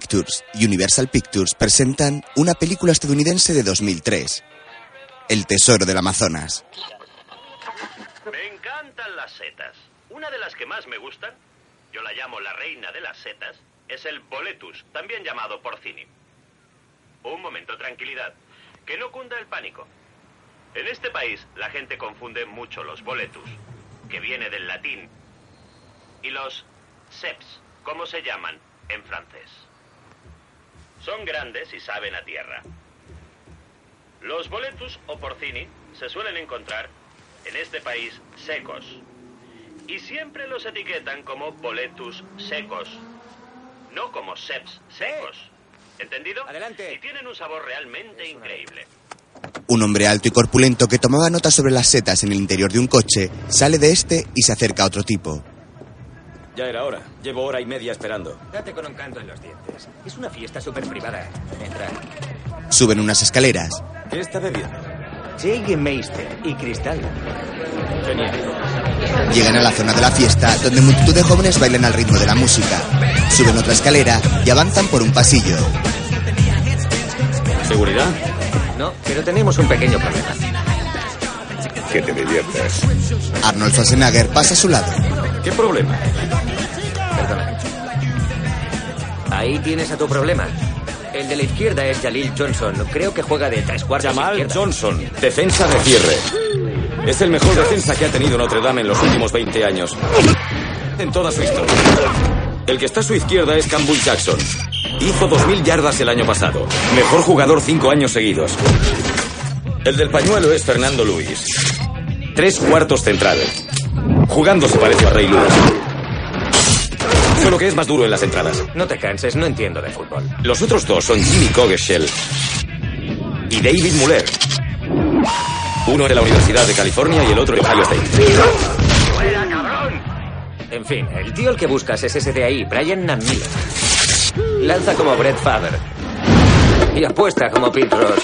Pictures y Universal Pictures presentan una película estadounidense de 2003, El Tesoro del Amazonas. Me encantan las setas. Una de las que más me gustan, yo la llamo la reina de las setas, es el boletus, también llamado porcini. Un momento, tranquilidad. Que no cunda el pánico. En este país la gente confunde mucho los boletus, que viene del latín, y los seps, como se llaman en francés. Son grandes y saben a tierra. Los boletus o porcini se suelen encontrar en este país secos. Y siempre los etiquetan como boletus secos, no como seps secos. ¿Entendido? Adelante. Y tienen un sabor realmente increíble. Un hombre alto y corpulento que tomaba notas sobre las setas en el interior de un coche sale de este y se acerca a otro tipo. Ya era hora. Llevo hora y media esperando. Date con un canto en los dientes. Es una fiesta súper privada. Entra. Suben unas escaleras. ¿Qué está bebiendo? Jake Meister y Cristal. Llegan a la zona de la fiesta donde multitud de jóvenes bailan al ritmo de la música. Suben otra escalera y avanzan por un pasillo. ¿Seguridad? No, pero tenemos un pequeño problema. Que te diviertas. Arnold Schwarzenegger pasa a su lado. ¿Qué problema? Perdona. Ahí tienes a tu problema. El de la izquierda es Jalil Johnson. Creo que juega de tres cuartos Jamal izquierda. Johnson, defensa de cierre. Es el mejor defensa que ha tenido Notre Dame en los últimos 20 años. En toda su historia. El que está a su izquierda es Campbell Jackson. Hizo 2.000 yardas el año pasado. Mejor jugador cinco años seguidos. El del pañuelo es Fernando Luis. Tres cuartos central. Jugando se parece a Rey Lewis. Solo que es más duro en las entradas. No te canses, no entiendo de fútbol. Los otros dos son Jimmy Cogeshell y David Muller. Uno de la Universidad de California y el otro de Ohio State. En fin, el tío el que buscas es ese de ahí, Brian Namila. Lanza como Brett Favre. Y apuesta como Pete Ross.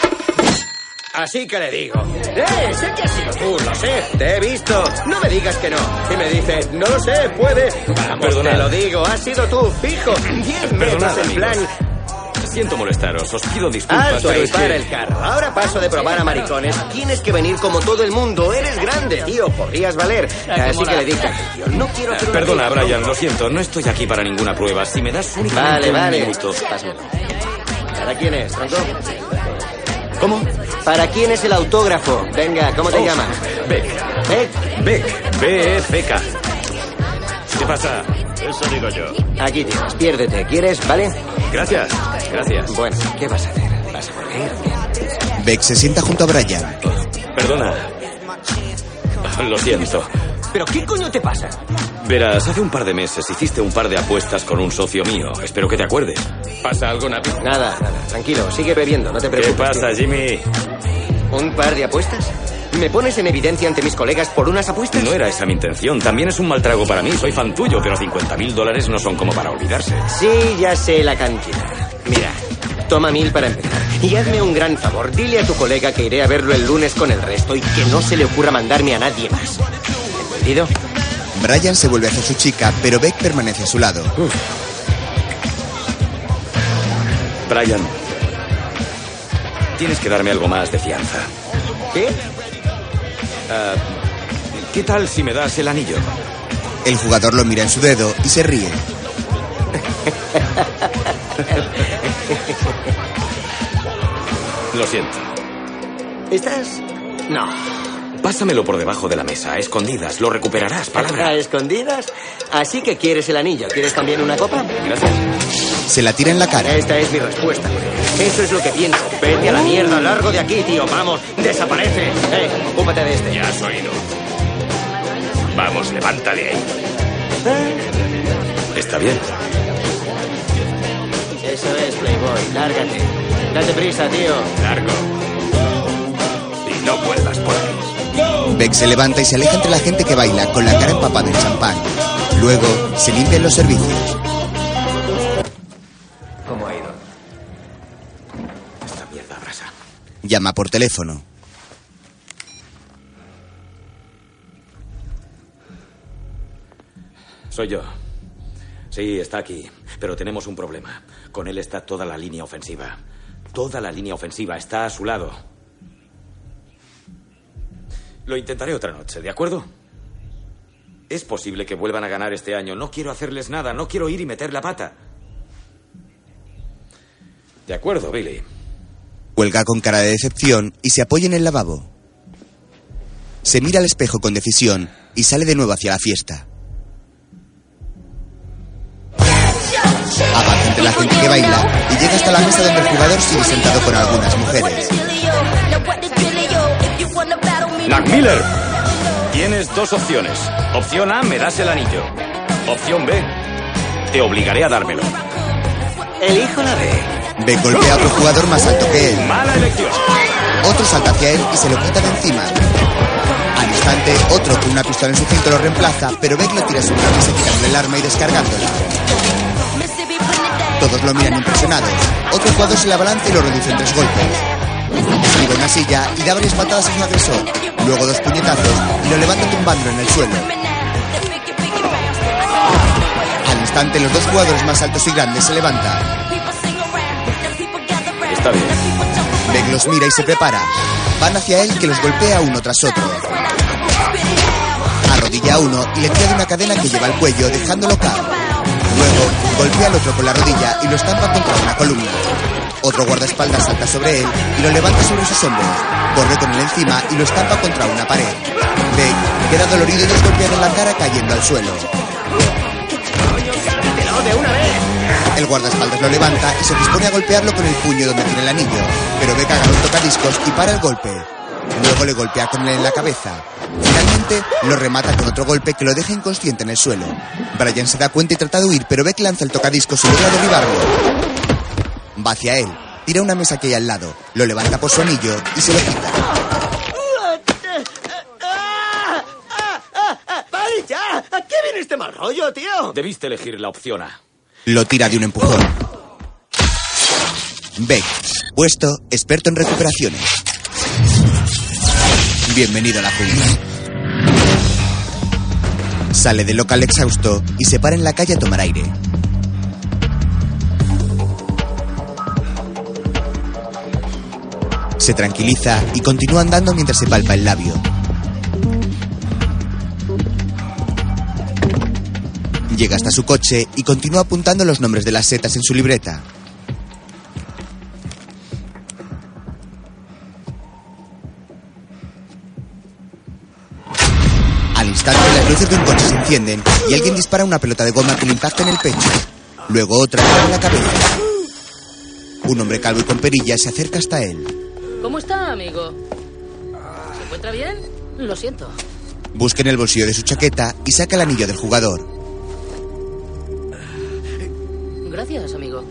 Así que le digo. ¡Eh! ¡Sé que has sido tú! ¡Lo sé! ¡Te he visto! ¡No me digas que no! Y me dices, no lo sé, puedes. Vamos, Perdonad. te lo digo, has sido tú, fijo. Diez metros Perdonad, en plan. amigos. Siento molestaros, os pido disculpas, Alto pero ahí, es que- para el carro. Ahora paso de probar a maricones. Tienes que venir como todo el mundo. Eres grande, tío. Podrías valer. Así que le dije, tío, no quiero hacer una Perdona, fiesta. Brian, lo siento, no estoy aquí para ninguna prueba. Si me das únicamente Vale, un vale. minuto... Pásamelo. ¿Para quién es, tronco? ¿Cómo? ¿Para quién es el autógrafo? Venga, ¿cómo te Oh, llamas? Beck, ¿Eh? Beck, B-E-C-K. ¿Qué pasa? Eso digo yo. Aquí tienes, piérdete. ¿Quieres? ¿Vale? Gracias, gracias. Bueno, ¿qué vas a hacer? ¿Vas a volver? Beck se sienta junto a Brian. Perdona. Lo siento. ¿Pero qué coño te pasa? Verás, hace un par de meses hiciste un par de apuestas con un socio mío. Espero que te acuerdes. ¿Pasa algo, Napi? Nada, nada, tranquilo, sigue bebiendo, no te ¿Qué preocupes. pasa, Jimmy? ¿Un par de apuestas? ¿Me pones en evidencia ante mis colegas por unas apuestas? No era esa mi intención. También es un mal trago para mí. Soy fan tuyo, pero 50 mil dólares no son como para olvidarse. Sí, ya sé la cantidad. Mira, toma mil para empezar. Y hazme un gran favor, dile a tu colega que iré a verlo el lunes con el resto y que no se le ocurra mandarme a nadie más. ¿Entendido? Brian se vuelve hacia su chica, pero Beck permanece a su lado. Brian, tienes que darme algo más de fianza. ¿Qué? ¿Qué tal si me das el anillo? El jugador lo mira en su dedo y se ríe. Lo siento. ¿Estás? No. Pásamelo por debajo de la mesa, a escondidas. Lo recuperarás, ¿A palabra. escondidas? Así que quieres el anillo. ¿Quieres también una copa? Gracias. Se la tira en la cara. Esta es mi respuesta. Eso es lo que pienso. Vete a la mierda, largo de aquí, tío. Vamos, desaparece. Eh, ocúpate de este. Ya has oído. Vamos, levántale ahí. ¿Eh? Está bien. Eso es, Playboy. Lárgate. Date prisa, tío. Largo. Y no vuelvas por ahí. Beck se levanta y se aleja entre la gente que baila con la cara empapada en champán. Luego se limpian los servicios. ¿Cómo ha ido? Esta mierda brasa. Llama por teléfono. Soy yo. Sí, está aquí. Pero tenemos un problema. Con él está toda la línea ofensiva. Toda la línea ofensiva está a su lado. Lo intentaré otra noche, ¿de acuerdo? Es posible que vuelvan a ganar este año. No quiero hacerles nada, no quiero ir y meter la pata. De acuerdo, Billy. Cuelga con cara de decepción y se apoya en el lavabo. Se mira al espejo con decisión y sale de nuevo hacia la fiesta. Avanza entre la gente que baila y llega hasta la mesa del perturbador sigue sentado con algunas mujeres. Mac Miller, tienes dos opciones. Opción A, me das el anillo. Opción B, te obligaré a dármelo. Elijo la B. Ve golpea a otro jugador más alto que él. Mala elección. Otro salta hacia él y se lo quita de encima. Al instante, otro con una pistola en su cinto lo reemplaza, pero Beck lo tira a su camisa quitando el arma y descargándola. Todos lo miran impresionados. Otro jugador se la abalanza y lo reduce en tres golpes. Tira una silla y da varias patadas a su agresor. Luego dos puñetazos y lo levanta tumbándolo en el suelo. Al instante, los dos jugadores más altos y grandes se levantan. Está bien. Beck los mira y se prepara. Van hacia él que los golpea uno tras otro. Arrodilla a uno y le tira de una cadena que lleva al cuello, dejándolo caer. Luego, golpea al otro con la rodilla y lo estampa contra una columna. Otro guardaespaldas salta sobre él y lo levanta sobre sus hombros. Corre con él encima y lo estampa contra una pared. Beck queda dolorido y dos golpeados en la cara cayendo al suelo. El guardaespaldas lo levanta y se dispone a golpearlo con el puño donde tiene el anillo, pero Beck agarra un tocadiscos y para el golpe. Luego le golpea con él en la cabeza. Finalmente lo remata con otro golpe que lo deja inconsciente en el suelo. Brian se da cuenta y trata de huir, pero Beck lanza el tocadiscos y logra derribarlo. Va hacia él, tira una mesa que hay al lado, lo levanta por su anillo y se lo quita. ¡Vale ya! ¿A qué viene este mal rollo, tío? Debiste elegir la opción A. Lo tira de un empujón. Beck, puesto experto en recuperaciones. Bienvenido a la jungla. Sale del local exhausto y se para en la calle a tomar aire. Se tranquiliza y continúa andando mientras se palpa el labio. Llega hasta su coche y continúa apuntando los nombres de las setas en su libreta. Al instante, las luces de un coche se encienden y alguien dispara una pelota de goma que le impacta en el pecho. Luego otra le da en la cabeza. Un hombre calvo y con perilla se acerca hasta él. ¿Cómo está, amigo? ¿Se encuentra bien? Lo siento. Busca en el bolsillo de su chaqueta y saca el anillo del jugador. Gracias, amigo.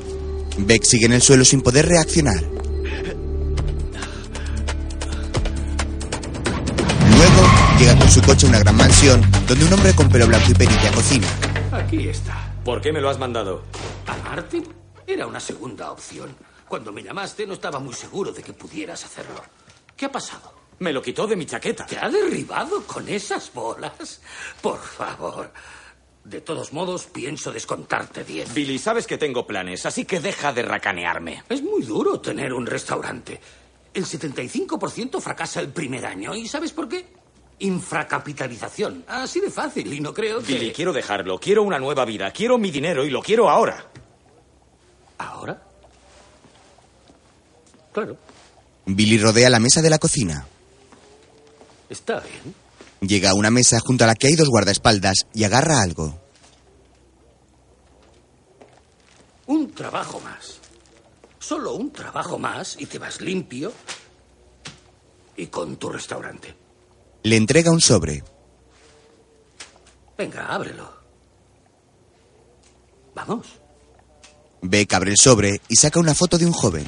Beck sigue en el suelo sin poder reaccionar. Luego llega con su coche a una gran mansión donde un hombre con pelo blanco y perilla cocina. Aquí está. ¿Por qué me lo has mandado? ¿A Martin? Era una segunda opción. Cuando me llamaste no estaba muy seguro de que pudieras hacerlo. ¿Qué ha pasado? Me lo quitó de mi chaqueta. ¿Te ha derribado con esas bolas? Por favor. De todos modos, pienso descontarte 10. Billy, sabes que tengo planes, así que deja de racanearme. Es muy duro tener un restaurante. El 75% fracasa el primer año. ¿Y sabes por qué? Infracapitalización. Así de fácil. Y no creo que... Billy, quiero dejarlo, quiero una nueva vida, quiero mi dinero y lo quiero ahora. ¿Ahora? Claro. Billy rodea la mesa de la cocina. Está bien. Llega a una mesa junto a la que hay dos guardaespaldas y agarra algo. Un trabajo más. Solo un trabajo más y te vas limpio y con tu restaurante. Le entrega un sobre. Venga, ábrelo. Vamos. Beck abre el sobre y saca una foto de un joven.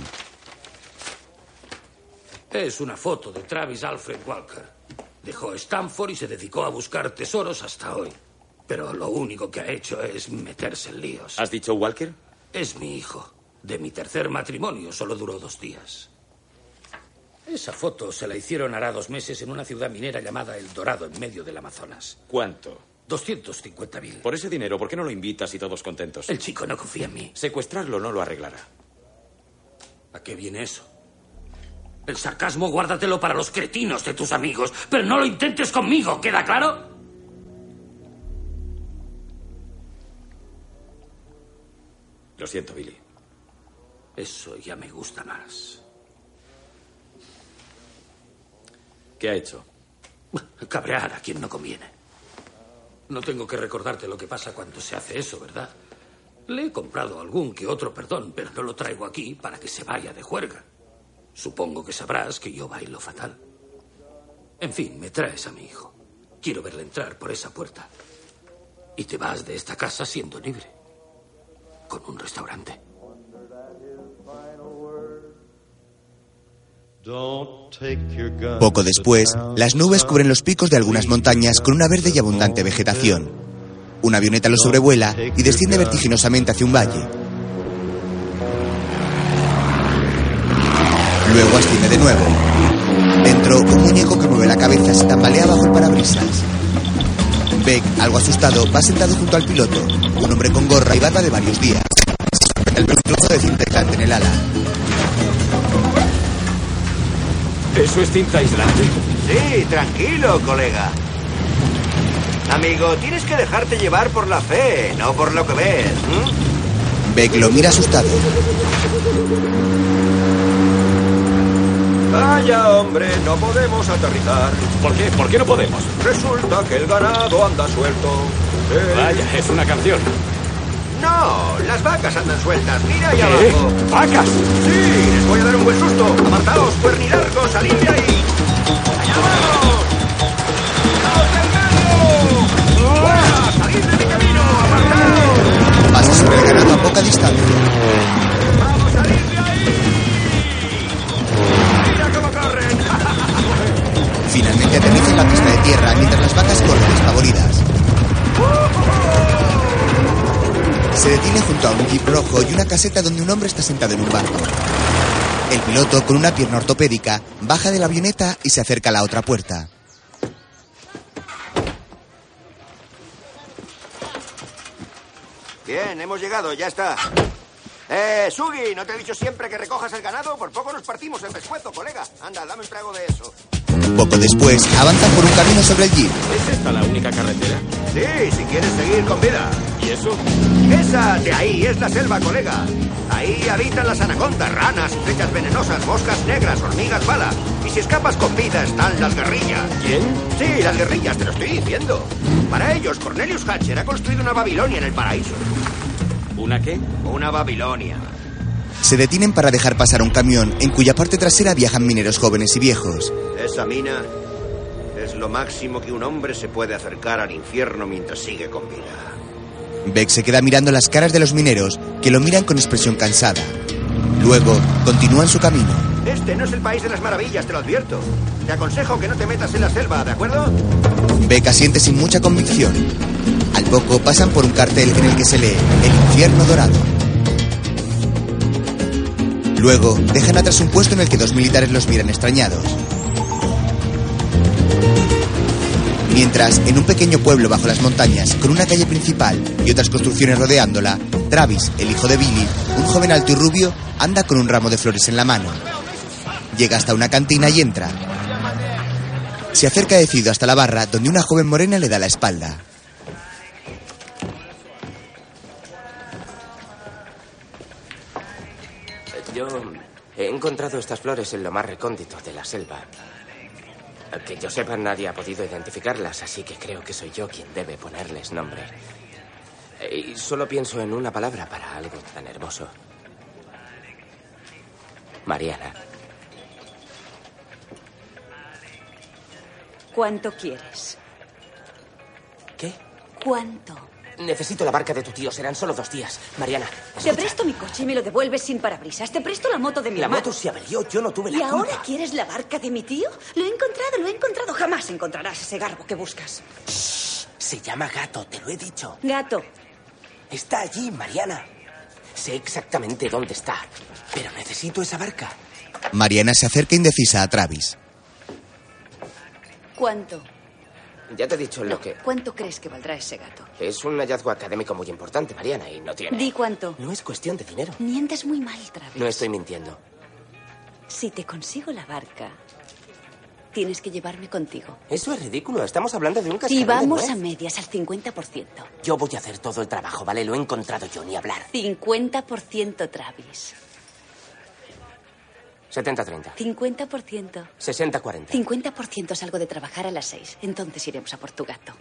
Es una foto de Travis Alfred Walker. Dejó Stanford y se dedicó a buscar tesoros hasta hoy. Pero lo único que ha hecho es meterse en líos. ¿Has dicho Walker? Es mi hijo. De mi tercer matrimonio solo duró dos días. Esa foto se la hicieron hará dos meses en una ciudad minera llamada El Dorado, en medio del Amazonas. ¿Cuánto? 250.000. Por ese dinero, ¿por qué no lo invitas y todos contentos? El chico no confía en mí. Secuestrarlo no lo arreglará. ¿A qué viene eso? El sarcasmo guárdatelo para los cretinos de tus amigos, pero no lo intentes conmigo, ¿queda claro? Lo siento, Billy. Eso ya me gusta más. ¿Qué ha hecho? Cabrear a quien no conviene. No tengo que recordarte lo que pasa cuando se hace eso, ¿verdad? Le he comprado algún que otro perdón, pero no lo traigo aquí para que se vaya de juerga. Supongo que sabrás que yo bailo fatal. En fin, me traes a mi hijo. Quiero verle entrar por esa puerta. Y te vas de esta casa siendo libre. Con un restaurante. Poco después, las nubes cubren los picos de algunas montañas con una verde y abundante vegetación. Una avioneta lo sobrevuela y desciende vertiginosamente hacia un valle. Luego asciende de nuevo. Dentro, un muñeco que mueve la cabeza se tambalea bajo el parabrisas. Beck, algo asustado, va sentado junto al piloto, un hombre con gorra y barba de varios días. El trozo de cinta aislante en el ala. ¿Eso es cinta aislante? Sí, tranquilo, colega. Amigo, tienes que dejarte llevar por la fe, no por lo que ves. ¿eh? Beck lo mira asustado. Vaya hombre, no podemos aterrizar. ¿Por qué? ¿Por qué no podemos? Resulta que el ganado anda suelto. Eh, El... Vaya, es una canción. No, las vacas andan sueltas. Mira ahí abajo. ¿Eh? ¿Vacas? Sí, les voy a dar un buen susto. Apartaos, cuernilargos, salid de ahí. ¡Allá vamos! ¡Os del ganado! ¡Salid de mi camino! ¡Apartaos! Pasa sobre el ganado a poca distancia. ¡Vamos, salid de ahí! Finalmente aterriza en la pista de tierra mientras las vacas corren despavoridas. Se detiene junto a un jeep rojo y una caseta donde un hombre está sentado en un barco. El piloto, con una pierna ortopédica, baja de la avioneta y se acerca a la otra puerta. Bien, hemos llegado, ya está. Eh, Sugi, ¿no te he dicho siempre que recojas el ganado? Por poco nos partimos el pescuezo, colega. Anda, dame un trago de eso. Poco después, avanzan por un camino sobre el jeep. ¿Es esta la única carretera? Sí, si quieres seguir con vida. ¿Y eso? Esa de ahí es la selva, colega. Ahí habitan las anacondas, ranas, flechas venenosas, moscas negras, hormigas bala. Y si escapas con vida están las guerrillas. ¿Quién? Sí, las guerrillas, te lo estoy diciendo. Para ellos, Cornelius Hatcher ha construido una Babilonia en el paraíso. ¿Una qué? Una Babilonia. Se detienen para dejar pasar un camión en cuya parte trasera viajan mineros jóvenes y viejos. Esa mina es lo máximo que un hombre se puede acercar al infierno mientras sigue con vida. Beck se queda mirando las caras de los mineros que lo miran con expresión cansada. Luego continúan su camino. Este no es el país de las maravillas, te lo advierto. Te aconsejo que no te metas en la selva, ¿de acuerdo? Beck asiente sin mucha convicción. Al poco pasan por un cartel en el que se lee El infierno dorado. Luego dejan atrás un puesto en el que dos militares los miran extrañados. Mientras, en un pequeño pueblo bajo las montañas, con una calle principal y otras construcciones rodeándola, Travis, el hijo de Billy, un joven alto y rubio, anda con un ramo de flores en la mano. Llega hasta una cantina y entra. Se acerca decidido hasta la barra, donde una joven morena le da la espalda. Yo he encontrado estas flores en lo más recóndito de la selva. Que yo sepa, nadie ha podido identificarlas, así que creo que soy yo quien debe ponerles nombre. Y solo pienso en una palabra para algo tan hermoso. Mariana. ¿Cuánto quieres? ¿Qué? ¿Cuánto? Necesito la barca de tu tío, serán solo dos días. Mariana. Escucha. Te presto mi coche y me lo devuelves sin parabrisas. Te presto la moto de mi La hermano. moto se averió, yo no tuve la ¿Y culpa. ahora quieres la barca de mi tío? Lo he encontrado, lo he encontrado. Jamás encontrarás ese garbo que buscas. Shh, se llama gato, te lo he dicho. Gato, Está allí, Mariana. Sé exactamente dónde está, pero necesito esa barca. Mariana se acerca indecisa a Travis. ¿cuánto? Ya te he dicho lo que... ¿Cuánto crees que valdrá ese gato? Es un hallazgo académico muy importante, Mariana, y no tiene... Di cuánto. No es cuestión de dinero. Mientes muy mal, Travis. No estoy mintiendo. Si te consigo la barca, tienes que llevarme contigo. Eso es ridículo. Estamos hablando de un cascabel Y de vamos nuez. a medias al 50%. Yo voy a hacer todo el trabajo, ¿vale? Lo he encontrado yo, ni hablar. 50% Travis. 70-30. 50%. 60-40. 50% salgo de trabajar a las 6. Entonces iremos a por tu gato.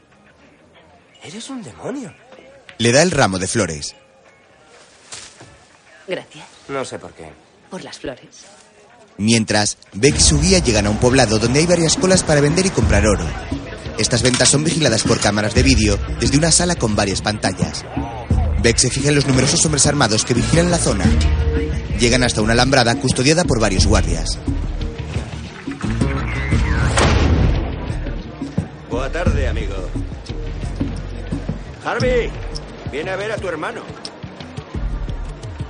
Eres un demonio. Le da el ramo de flores. Gracias No sé por qué. por las flores. Mientras, Beck y su guía llegan a un poblado donde hay varias colas para vender y comprar oro. Estas ventas son vigiladas por cámaras de vídeo desde una sala con varias pantallas. Beck se fija en los numerosos hombres armados que vigilan la zona. Llegan hasta una alambrada custodiada por varios guardias. Buena tarde, amigo. Harvey, viene a ver a tu hermano.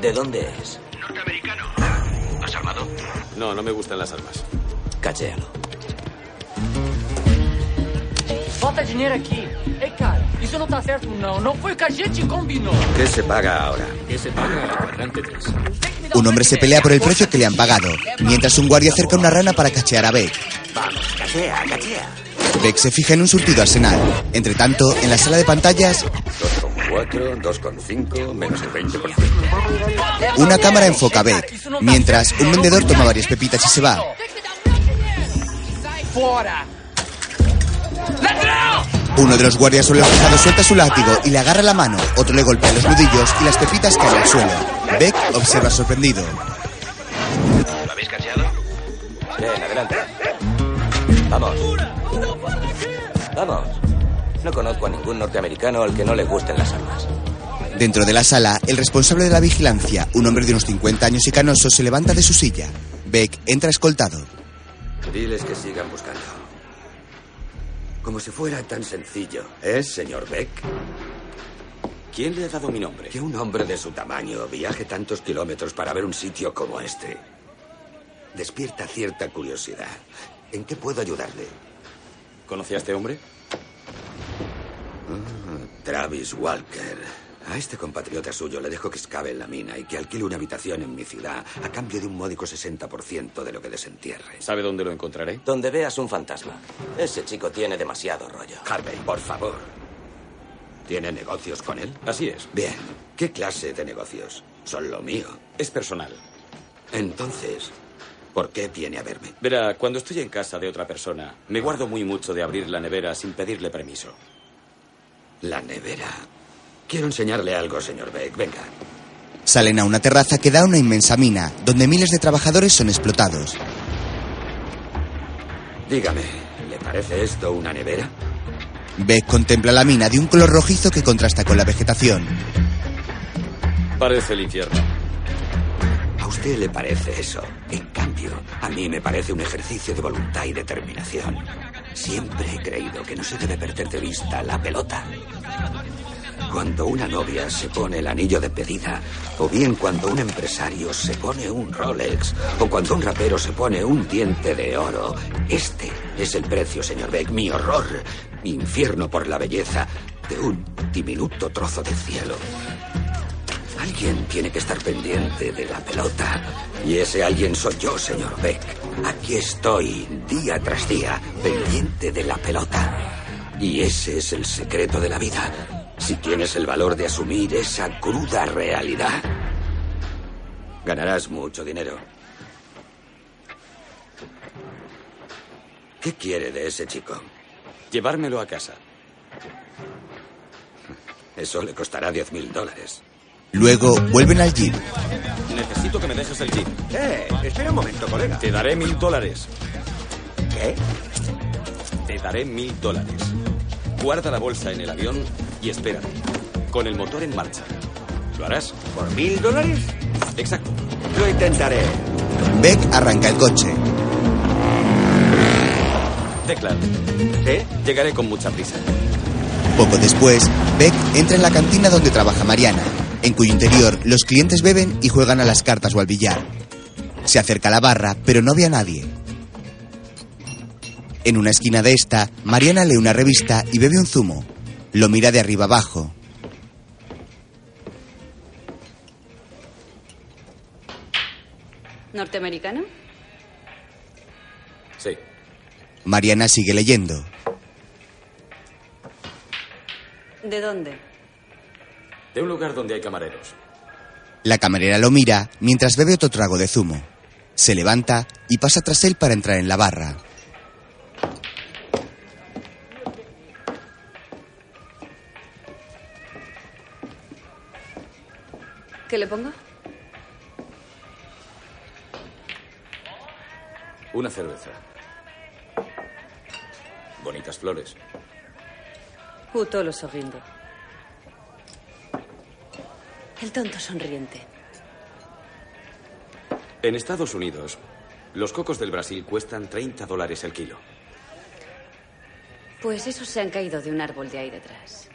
¿De dónde es? ¿Has armado? No, no me gustan las armas. Cachéalo. Bota dinheiro aqui. Ei, cara, isso não tá certo, não. Não foi o que a gente combinou. ¿Qué se paga ahora? ¿Qué se paga en el cuadrante 3? Un hombre se pelea por el precio que le han pagado, mientras un guardia acerca una rana para cachear a Beck. Vamos, cachea, cachea. Beck se fija en un surtido arsenal. Entre tanto, en la sala de pantallas, 2,4, 2,5, menos el 20%. una cámara enfoca a Beck, mientras un vendedor toma varias pepitas y se va. Fora! Uno de los guardias enlazados suelta su látigo y le agarra la mano, otro le golpea los nudillos y las pepitas caen al suelo. Beck observa sorprendido. ¿Lo habéis cacheado? Bien, adelante. Vamos. Vamos. No conozco a ningún norteamericano al que no le gusten las armas. Dentro de la sala, el responsable de la vigilancia, un hombre de unos 50 años y canoso, se levanta de su silla. Beck entra escoltado. Diles que sigan buscando. Como si fuera tan sencillo. ¿Es, señor Beck? ¿Quién le ha dado mi nombre? Que un hombre de su tamaño viaje tantos kilómetros para ver un sitio como este. Despierta cierta curiosidad. ¿En qué puedo ayudarle? ¿Conoce a este hombre? Travis Walker. A este compatriota suyo le dejo que excave en la mina y que alquile una habitación en mi ciudad a cambio de un módico 60% de lo que desentierre. ¿Sabe dónde lo encontraré? Donde veas un fantasma. Ese chico tiene demasiado rollo. Harvey, por favor. ¿Tiene negocios con él? Así es. Bien. ¿Qué clase de negocios? Son lo mío. Es personal. Entonces, ¿por qué viene a verme? Verá, cuando estoy en casa de otra persona, me guardo muy mucho de abrir la nevera sin pedirle permiso. La nevera. Quiero enseñarle algo, señor Beck. Venga. Salen a una terraza que da a una inmensa mina, donde miles de trabajadores son explotados. Dígame, ¿le parece esto una nevera? Beck contempla la mina de un color rojizo que contrasta con la vegetación. Parece el infierno. A usted le parece eso. En cambio, a mí me parece un ejercicio de voluntad y determinación. Siempre he creído que no se debe perder de vista la pelota. Cuando una novia se pone el anillo de pedida, o bien cuando un empresario se pone un Rolex, o cuando un rapero se pone un diente de oro, este es el precio, señor Beck, mi horror, mi infierno por la belleza de un diminuto trozo de cielo. Alguien tiene que estar pendiente de la pelota. Y ese alguien soy yo, señor Beck. Aquí estoy, día tras día, pendiente de la pelota. Y ese es el secreto de la vida. Si tienes el valor de asumir esa cruda realidad, ganarás mucho dinero. ¿Qué quiere de ese chico? Llevármelo a casa. Eso le costará 10 mil dólares. Luego vuelven al jeep. Necesito que me dejes el jeep. Eh, espera un momento, colega. Te daré mil dólares. ¿Qué? Te daré mil dólares. Guarda la bolsa en el avión y espérame. Con el motor en marcha. ¿Lo harás? ¿Por mil dólares? Exacto. Lo intentaré. Beck arranca el coche. Declan. ¿Sí? Llegaré con mucha prisa. Poco después, Beck entra en la cantina donde trabaja Mariana, en cuyo interior los clientes beben y juegan a las cartas o al billar. Se acerca a la barra, pero no ve a nadie. En una esquina de esta, Mariana lee una revista y bebe un zumo. Lo mira de arriba abajo. ¿Norteamericano? Sí. Mariana sigue leyendo. ¿De dónde? De un lugar donde hay camareros. La camarera lo mira mientras bebe otro trago de zumo. Se levanta y pasa tras él para entrar en la barra. ¿Qué le pongo? Una cerveza. Bonitas flores. Puto lo sonriendo. El tonto sonriente. En Estados Unidos, los cocos del Brasil cuestan 30 dólares el kilo. Pues esos se han caído de un árbol de ahí detrás.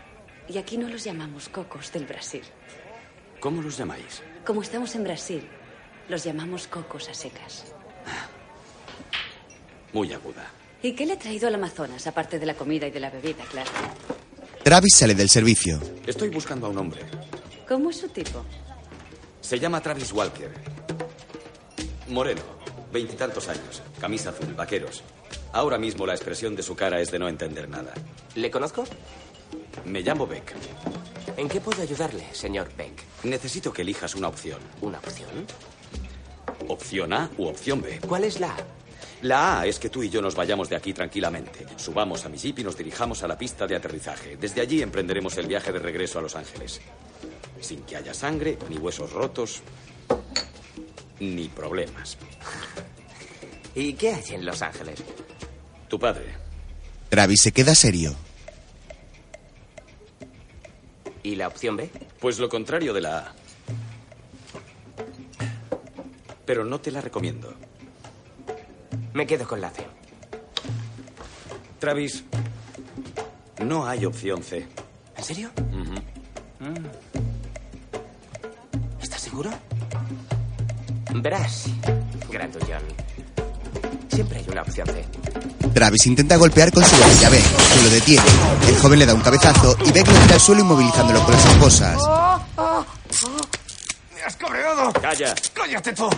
Y aquí no los llamamos cocos del Brasil. ¿Cómo los llamáis? Como estamos en Brasil, los llamamos cocos a secas. Muy aguda. ¿Y qué le ha traído al Amazonas, aparte de la comida y de la bebida, claro? Travis sale del servicio. Estoy buscando a un hombre. ¿Cómo es su tipo? Se llama Travis Walker. Moreno, veintitantos años, camisa azul, vaqueros. Ahora mismo la expresión de su cara es de no entender nada. ¿Le conozco? Me llamo Beck. ¿En qué puedo ayudarle, señor Beck? Necesito que elijas una opción. ¿Una opción? Opción A u opción B. ¿Cuál es la A? La A es que tú y yo nos vayamos de aquí tranquilamente. Subamos a mi jeep y nos dirijamos a la pista de aterrizaje. Desde allí emprenderemos el viaje de regreso a Los Ángeles. Sin que haya sangre, ni huesos rotos, ni problemas. ¿Y qué hay en Los Ángeles? Tu padre. Travis se queda serio. ¿Y la opción B? Pues lo contrario de la A. Pero no te la recomiendo. Me quedo con la C. Travis, no hay opción C. ¿En serio? Mm. Ujú. ¿Estás seguro? Verás, grandullón. Siempre hay una opción C. Travis intenta golpear con su varilla a Beck, que lo detiene. El joven le da un cabezazo y Beck lo tira al suelo inmovilizándolo con las esposas. ¡Me has cabreado! ¡Calla! ¡Cállate tú!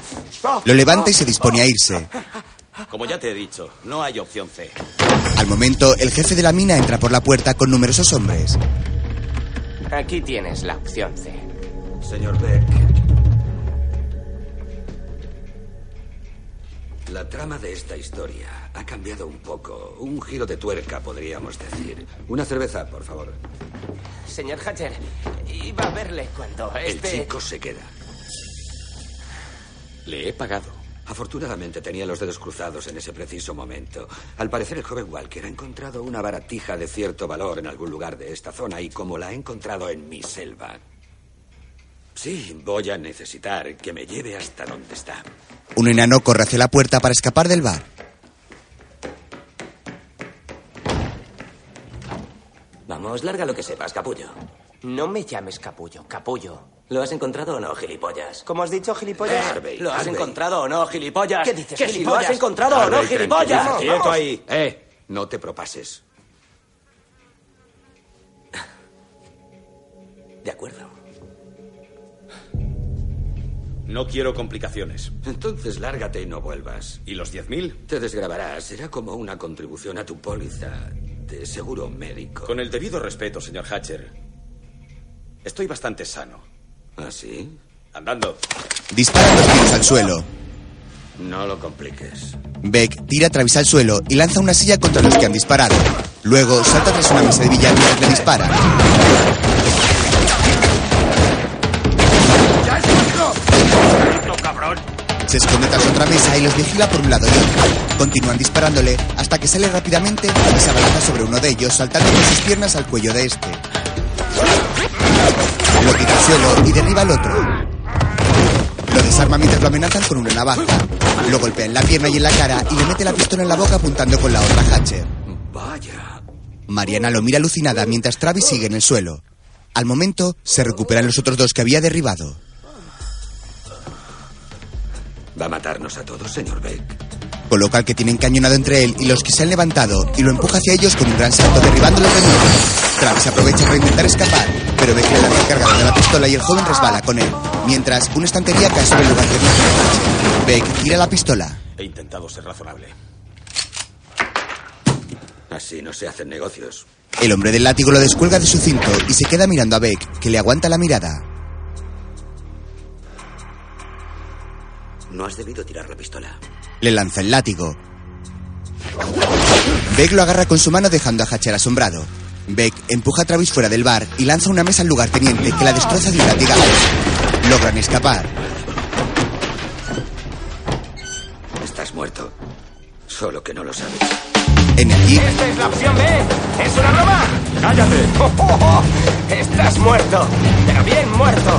Lo levanta y se dispone a irse. Como ya te he dicho, no hay opción C. Al momento, el jefe de la mina entra por la puerta con numerosos hombres. Aquí tienes la opción C. Señor Beck. La trama de esta historia ha cambiado un poco. Un giro de tuerca, podríamos decir. Una cerveza, por favor. Señor Hatcher, iba a verle cuando El este... chico se queda. Le he pagado. Afortunadamente tenía los dedos cruzados en ese preciso momento. Al parecer el joven Walker ha encontrado una baratija de cierto valor en algún lugar de esta zona y como la ha encontrado en mi selva. Sí, voy a necesitar que me lleve hasta donde está. Un enano corre hacia la puerta para escapar del bar. Vamos, larga lo que sepas, capullo. No me llames capullo, capullo. ¿Lo has encontrado o no, gilipollas? Como has dicho, gilipollas? Harvey, ¿Lo has Harvey. encontrado o no, gilipollas? ¿Qué dices, ¿Que si lo gilipollas? has encontrado o no, Harvey, gilipollas? tranquiliza, ¡Quieto Vamos. ahí! ¡Eh! No te propases. De acuerdo. No quiero complicaciones. Entonces lárgate y no vuelvas. ¿Y los 10.000? Te desgrabarás. Será como una contribución a tu póliza de seguro médico. Con el debido respeto, señor Hatcher. Estoy bastante sano. ¿Ah, sí? Andando. Dispara dos tiros al suelo. No lo compliques. Beck tira a Travis al suelo y lanza una silla contra los que han disparado. Luego salta tras una mesa de billar mientras le dispara. ¡No, cabrón! Se esconde tras otra mesa y los vigila por un lado y otro. Continúan disparándole hasta que sale rápidamente y se abalanza sobre uno de ellos, saltando con sus piernas al cuello de este. Lo quita al suelo y derriba al otro. Lo desarma mientras lo amenazan con una navaja. Lo golpea en la pierna y en la cara y le mete la pistola en la boca apuntando con la otra Hatcher. Vaya. Mariana lo mira alucinada mientras Travis sigue en el suelo. Al momento, se recuperan los otros dos que había derribado. ¿Va a matarnos a todos, señor Beck? coloca al que tiene encañonado entre él y los que se han levantado y lo empuja hacia ellos con un gran salto derribándolos de nuevo. Travis aprovecha para intentar escapar, pero ve que le lanza cargado de la pistola y el joven resbala con él, mientras una estantería cae sobre el lugar de una Beck tira la pistola. He intentado ser razonable. Así no se hacen negocios. El hombre del látigo lo descuelga de su cinto y se queda mirando a Beck, que le aguanta la mirada. No has debido tirar la pistola. Le lanza el látigo. Beck lo agarra con su mano dejando a Hatcher asombrado. Beck empuja a Travis fuera del bar y lanza una mesa al lugarteniente que la destroza de un latigazo. Logran escapar. Estás muerto. Solo que no lo sabes. En el jeep, Esta es la opción B. ¡Es una broma! ¡Cállate! Oh, Estás muerto, pero bien muerto.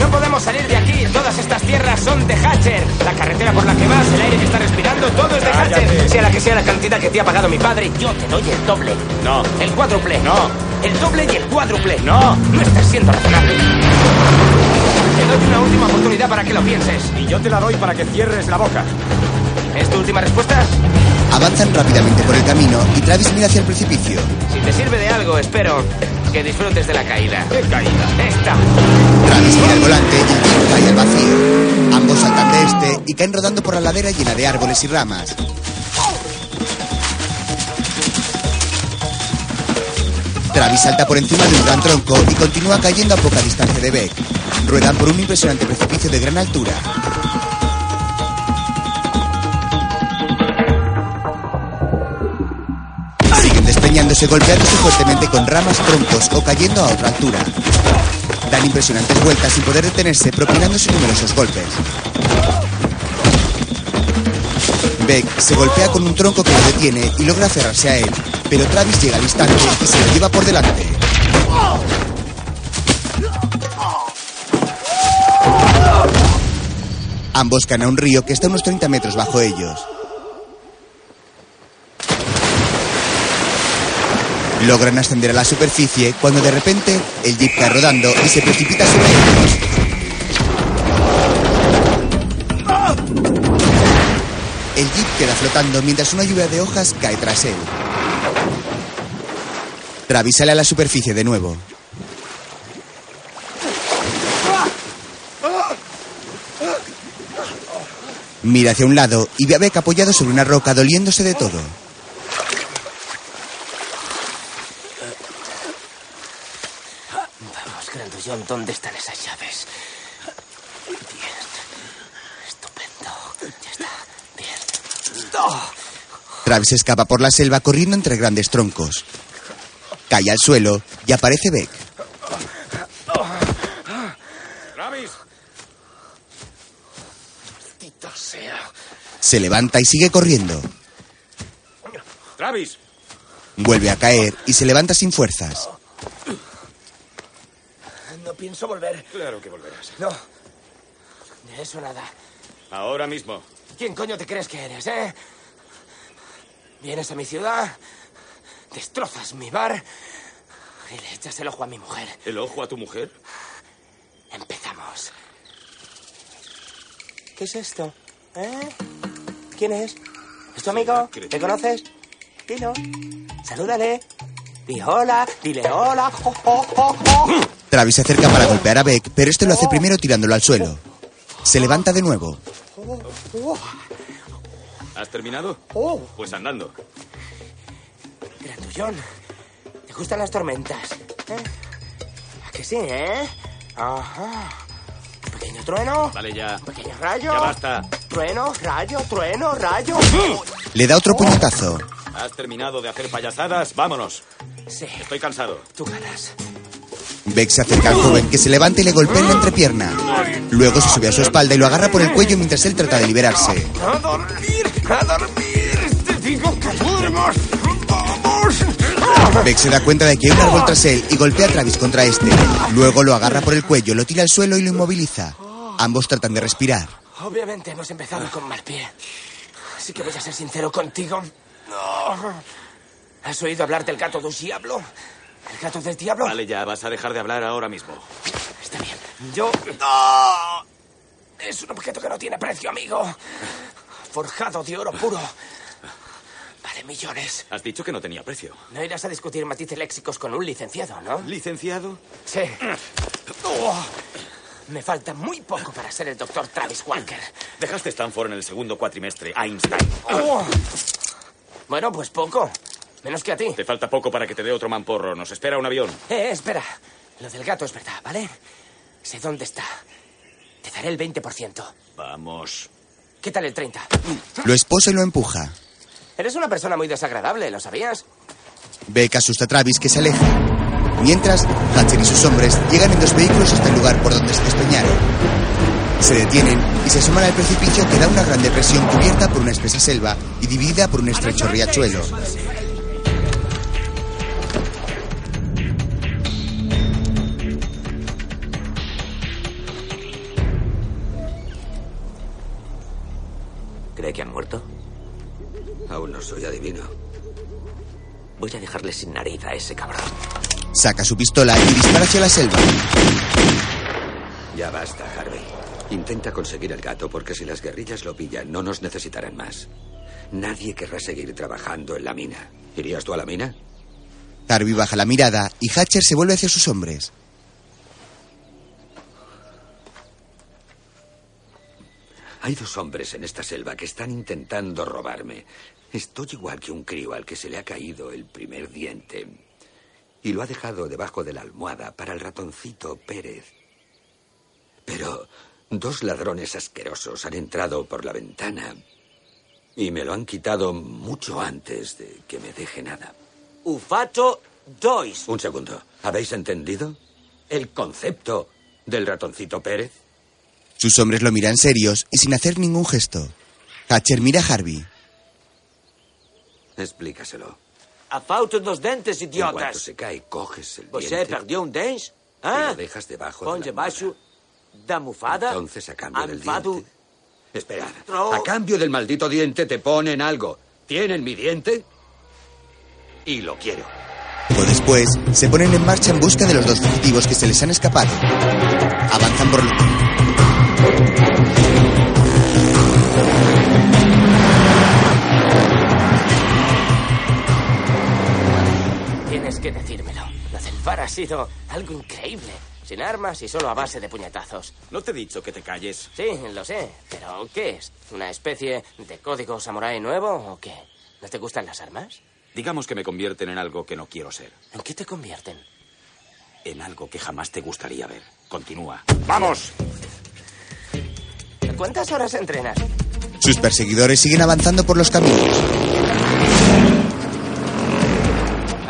No podemos salir de aquí. Todas estas tierras son de Hatcher. La carretera por la que vas, el aire que estás respirando, todo es de Hatcher. Sea la que sea la cantidad que te ha pagado mi padre, yo te doy el doble. No. El cuádruple. No. El doble y el cuádruple. No. No estás siendo razonable. Te doy una última oportunidad para que lo pienses. Y yo te la doy para que cierres la boca. ¿Es tu última respuesta? avanzan rápidamente por el camino y Travis mira hacia el precipicio. Si te sirve de algo, espero que disfrutes de la caída. ¿Qué caída? Esta. Travis mira al volante y el jeep cae al vacío. Ambos saltan de este y caen rodando por la ladera llena de árboles y ramas. Travis salta por encima de un gran tronco y continúa cayendo a poca distancia de Beck. Ruedan por un impresionante precipicio de gran altura. Siguen despeñándose golpeándose fuertemente con ramas, troncos o cayendo a otra altura. Dan impresionantes vueltas sin poder detenerse, propinándose numerosos golpes. Beck se golpea con un tronco que lo detiene y logra aferrarse a él, pero Travis llega al instante y se lo lleva por delante. Ambos caen a un río que está a unos 30 metros bajo ellos. Logran ascender a la superficie cuando de repente el jeep cae rodando y se precipita sobre ellos. El jeep queda flotando mientras una lluvia de hojas cae tras él. Travis sale a la superficie de nuevo. Mira hacia un lado y ve a Beck apoyado sobre una roca doliéndose de todo. Vamos, Grandullón, ¿dónde están esas llaves? Bien. Estupendo. Ya está. Bien. Travis escapa por la selva corriendo entre grandes troncos. Cae al suelo y aparece Beck. ¡Travis! ¡Maldito sea! Se levanta y sigue corriendo. ¡Travis! Vuelve a caer y se levanta sin fuerzas. No pienso volver. Claro que volverás. No. De eso nada. Ahora mismo. ¿Quién coño te crees que eres, eh? Vienes a mi ciudad, destrozas mi bar y le echas el ojo a mi mujer. ¿El ojo a tu mujer? Empezamos. ¿Qué es esto? ¿Eh? ¿Quién es? ¿Es tu amigo? ¿Le conoces? Dilo. Salúdale. Di hola. Dile hola. Oh, oh, oh, oh. Travis se acerca para golpear a Beck, pero este lo hace primero tirándolo al suelo. Se levanta de nuevo. ¿Has terminado? Oh, Pues andando. Grandullón. ¿Te gustan las tormentas? ¿Eh? ¿A que sí, eh? Ajá. Pequeño trueno. Vale, ya. Pequeño rayo. Ya basta. Trueno, rayo, trueno, rayo. Le da otro puñetazo. ¿Has terminado de hacer payasadas? Vámonos. Sí, Estoy cansado. tú ganas. Beck se acerca al joven que se levanta y le golpea en la entrepierna. Luego se sube a su espalda y lo agarra por el cuello mientras él trata de liberarse. ¡A dormir! ¡A dormir! ¡Te digo que podremos! ¡Vamos! Beck se da cuenta de que hay un árbol tras él y golpea a Travis contra este. Luego lo agarra por el cuello, lo tira al suelo y lo inmoviliza. Ambos tratan de respirar. Obviamente hemos empezado con mal pie. Así que voy a ser sincero contigo. No. ¿Has oído hablar del gato del diablo? ¿El gato del diablo? Vale, ya. Vas a dejar de hablar ahora mismo. Está bien. Yo. ¡No! Es un objeto que no tiene precio, amigo. forjado de oro puro. Vale millones. Has dicho que no tenía precio. No irás a discutir matices léxicos con un licenciado, ¿no? ¿Licenciado? Sí. Oh, me falta muy poco para ser el doctor Travis Walker. Dejaste Stanford en el segundo cuatrimestre, Einstein. Oh. Bueno, pues poco. Menos que a ti. Te falta poco para que te dé otro mamporro. Nos espera un avión. Eh, espera. Lo del gato es verdad, ¿vale? Sé dónde está. Te daré el 20%. Vamos. ¿Qué tal el 30? Lo esposa y lo empuja. Eres una persona muy desagradable, ¿lo sabías? Beck asusta a Travis que se aleja. Mientras, Hatcher y sus hombres llegan en dos vehículos hasta el lugar por donde se despeñaron. Se detienen y se asoman al precipicio que da una gran depresión cubierta por una espesa selva y dividida por un estrecho riachuelo. ¿Cree que han muerto? Aún no soy adivino. Voy a dejarle sin nariz a ese cabrón. Saca su pistola y dispara hacia la selva. Ya basta, Harvey. Intenta conseguir el gato porque si las guerrillas lo pillan, no nos necesitarán más. Nadie querrá seguir trabajando en la mina. ¿Irías tú a la mina? Harvey baja la mirada y Hatcher se vuelve hacia sus hombres. Hay dos hombres en esta selva que están intentando robarme. Estoy igual que un crío al que se le ha caído el primer diente. Y lo ha dejado debajo de la almohada para el ratoncito Pérez. Pero dos ladrones asquerosos han entrado por la ventana y me lo han quitado mucho antes de que me deje nada. Ufato dois. Un segundo. ¿Habéis entendido el concepto del ratoncito Pérez? Sus hombres lo miran serios y sin hacer ningún gesto. Hatcher mira a Harvey. Explícaselo. Ha faltado dos dentes, idiotas. Pues eh, En cuanto se cae, coges el ¿Você diente perdió un dente? y ¿Ah? lo dejas debajo Ponle de la almohada. baixo da mufada. Entonces, a cambio del anfado. diente... Esperad. No. A cambio del maldito diente te ponen algo. ¿Tienen mi diente? Y lo quiero. Poco después, se ponen en marcha en busca de los dos fugitivos que se les han escapado. Avanzan por... Tienes que decírmelo. Lo del bar ha sido algo increíble. Sin armas y solo a base de puñetazos. No te he dicho que te calles. Sí, lo sé. Pero, ¿qué es? ¿Una especie de código samurái nuevo o qué? ¿No te gustan las armas? Digamos que me convierten en algo que no quiero ser. ¿En qué te convierten? En algo que jamás te gustaría ver. Continúa. ¡Vamos! ¿Cuántas horas entrenas? Sus perseguidores siguen avanzando por los caminos.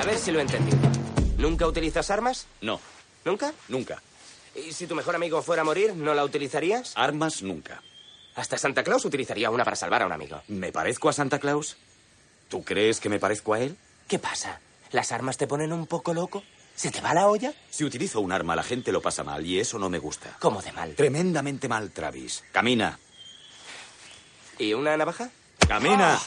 A ver si lo he entendido. ¿Nunca utilizas armas? No, ¿Nunca? nunca. ¿Y si tu mejor amigo fuera a morir, no la utilizarías? Armas nunca. Hasta Santa Claus utilizaría una para salvar a un amigo. ¿Me parezco a Santa Claus? ¿Tú crees que me parezco a él? ¿Qué pasa? ¿Las armas te ponen un poco loco? ¿Se te va la olla? Si utilizo un arma, la gente lo pasa mal y eso no me gusta. ¿Cómo de mal? Tremendamente mal, Travis. Camina. ¿Y una navaja? ¡Camina!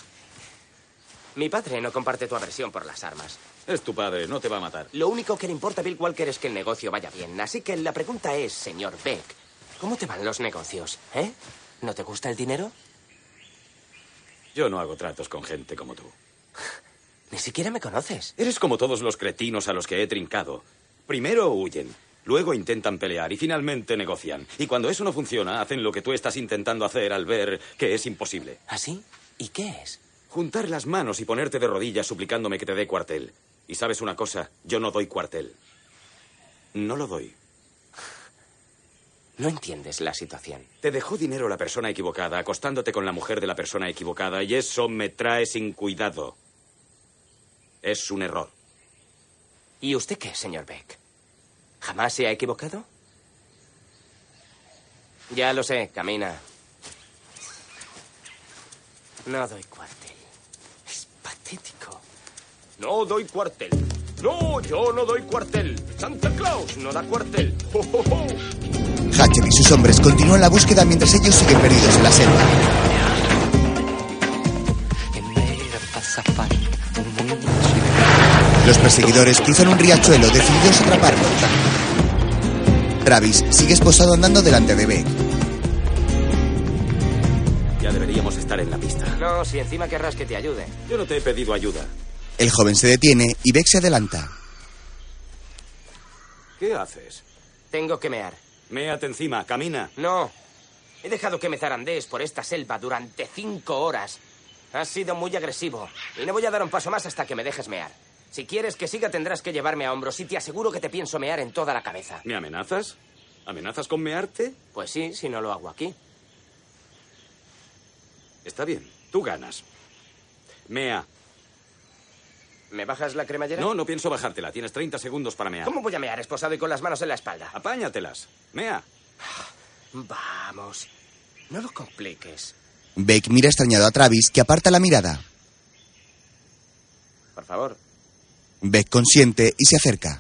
Mi padre no comparte tu aversión por las armas. Es tu padre, no te va a matar. Lo único que le importa a Bill Walker es que el negocio vaya bien. Así que la pregunta es, señor Beck, ¿cómo te van los negocios? ¿Eh? ¿No te gusta el dinero? Yo no hago tratos con gente como tú. Ni siquiera me conoces. Eres como todos los cretinos a los que he trincado. Primero huyen, luego intentan pelear y finalmente negocian. Y cuando eso no funciona, hacen lo que tú estás intentando hacer al ver que es imposible. ¿Así? ¿Ah, ¿Y qué es? Juntar las manos y ponerte de rodillas suplicándome que te dé cuartel. Y sabes una cosa, yo no doy cuartel. No lo doy. No entiendes la situación. Te dejó dinero la persona equivocada, acostándote con la mujer de la persona equivocada, y eso me trae sin cuidado. Es un error. ¿Y usted qué, señor Beck? ¿Jamás se ha equivocado? Ya lo sé, camina. No doy cuartel. Es patético. No doy cuartel. No, yo no doy cuartel. Santa Claus no da cuartel. Ho, ho, ho. Hatcher y sus hombres continúan la búsqueda mientras ellos siguen perdidos en la selva. Los perseguidores cruzan un riachuelo decididos a atraparlos. Travis sigue esposado andando delante de Beck. Ya deberíamos estar en la pista. No, si encima querrás que te ayude. Yo no te he pedido ayuda. El joven se detiene y Beck se adelanta. ¿Qué haces? Tengo que mear. Méate encima, camina. No. He dejado que me zarandés por esta selva durante cinco horas. Has sido muy agresivo. Y no voy a dar un paso más hasta que me dejes mear. Si quieres que siga, tendrás que llevarme a hombros y te aseguro que te pienso mear en toda la cabeza. ¿Me amenazas? ¿Amenazas con mearte? Pues sí, si no lo hago aquí. Está bien, tú ganas. Mea. ¿Me bajas la cremallera? No, no pienso bajártela. Tienes 30 segundos para mear. ¿Cómo voy a mear esposado y con las manos en la espalda? Apáñatelas. Mea. Vamos. No lo compliques. Beck mira extrañado a Travis, que aparta la mirada. Por favor. Beck consiente y se acerca.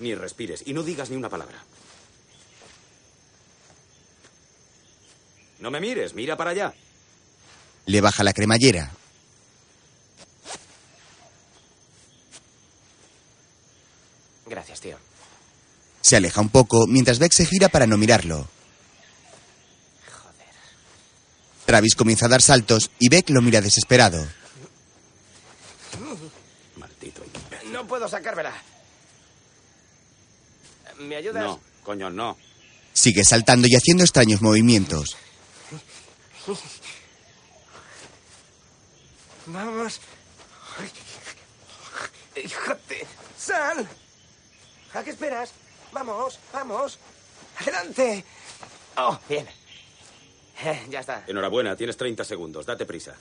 Ni respires y no digas ni una palabra. No me mires, mira para allá. Le baja la cremallera. Gracias, tío. Se aleja un poco mientras Beck se gira para no mirarlo. Joder. Travis comienza a dar saltos y Beck lo mira desesperado. Maldito imbécil. No puedo sacármela. ¿Me ayudas? No, coño, no. Sigue saltando y haciendo extraños movimientos. Vamos. Híjate. Sal. ¿A qué esperas? Vamos, vamos. Adelante. Oh, bien. Eh, ya está. Enhorabuena, tienes 30 segundos. Date prisa.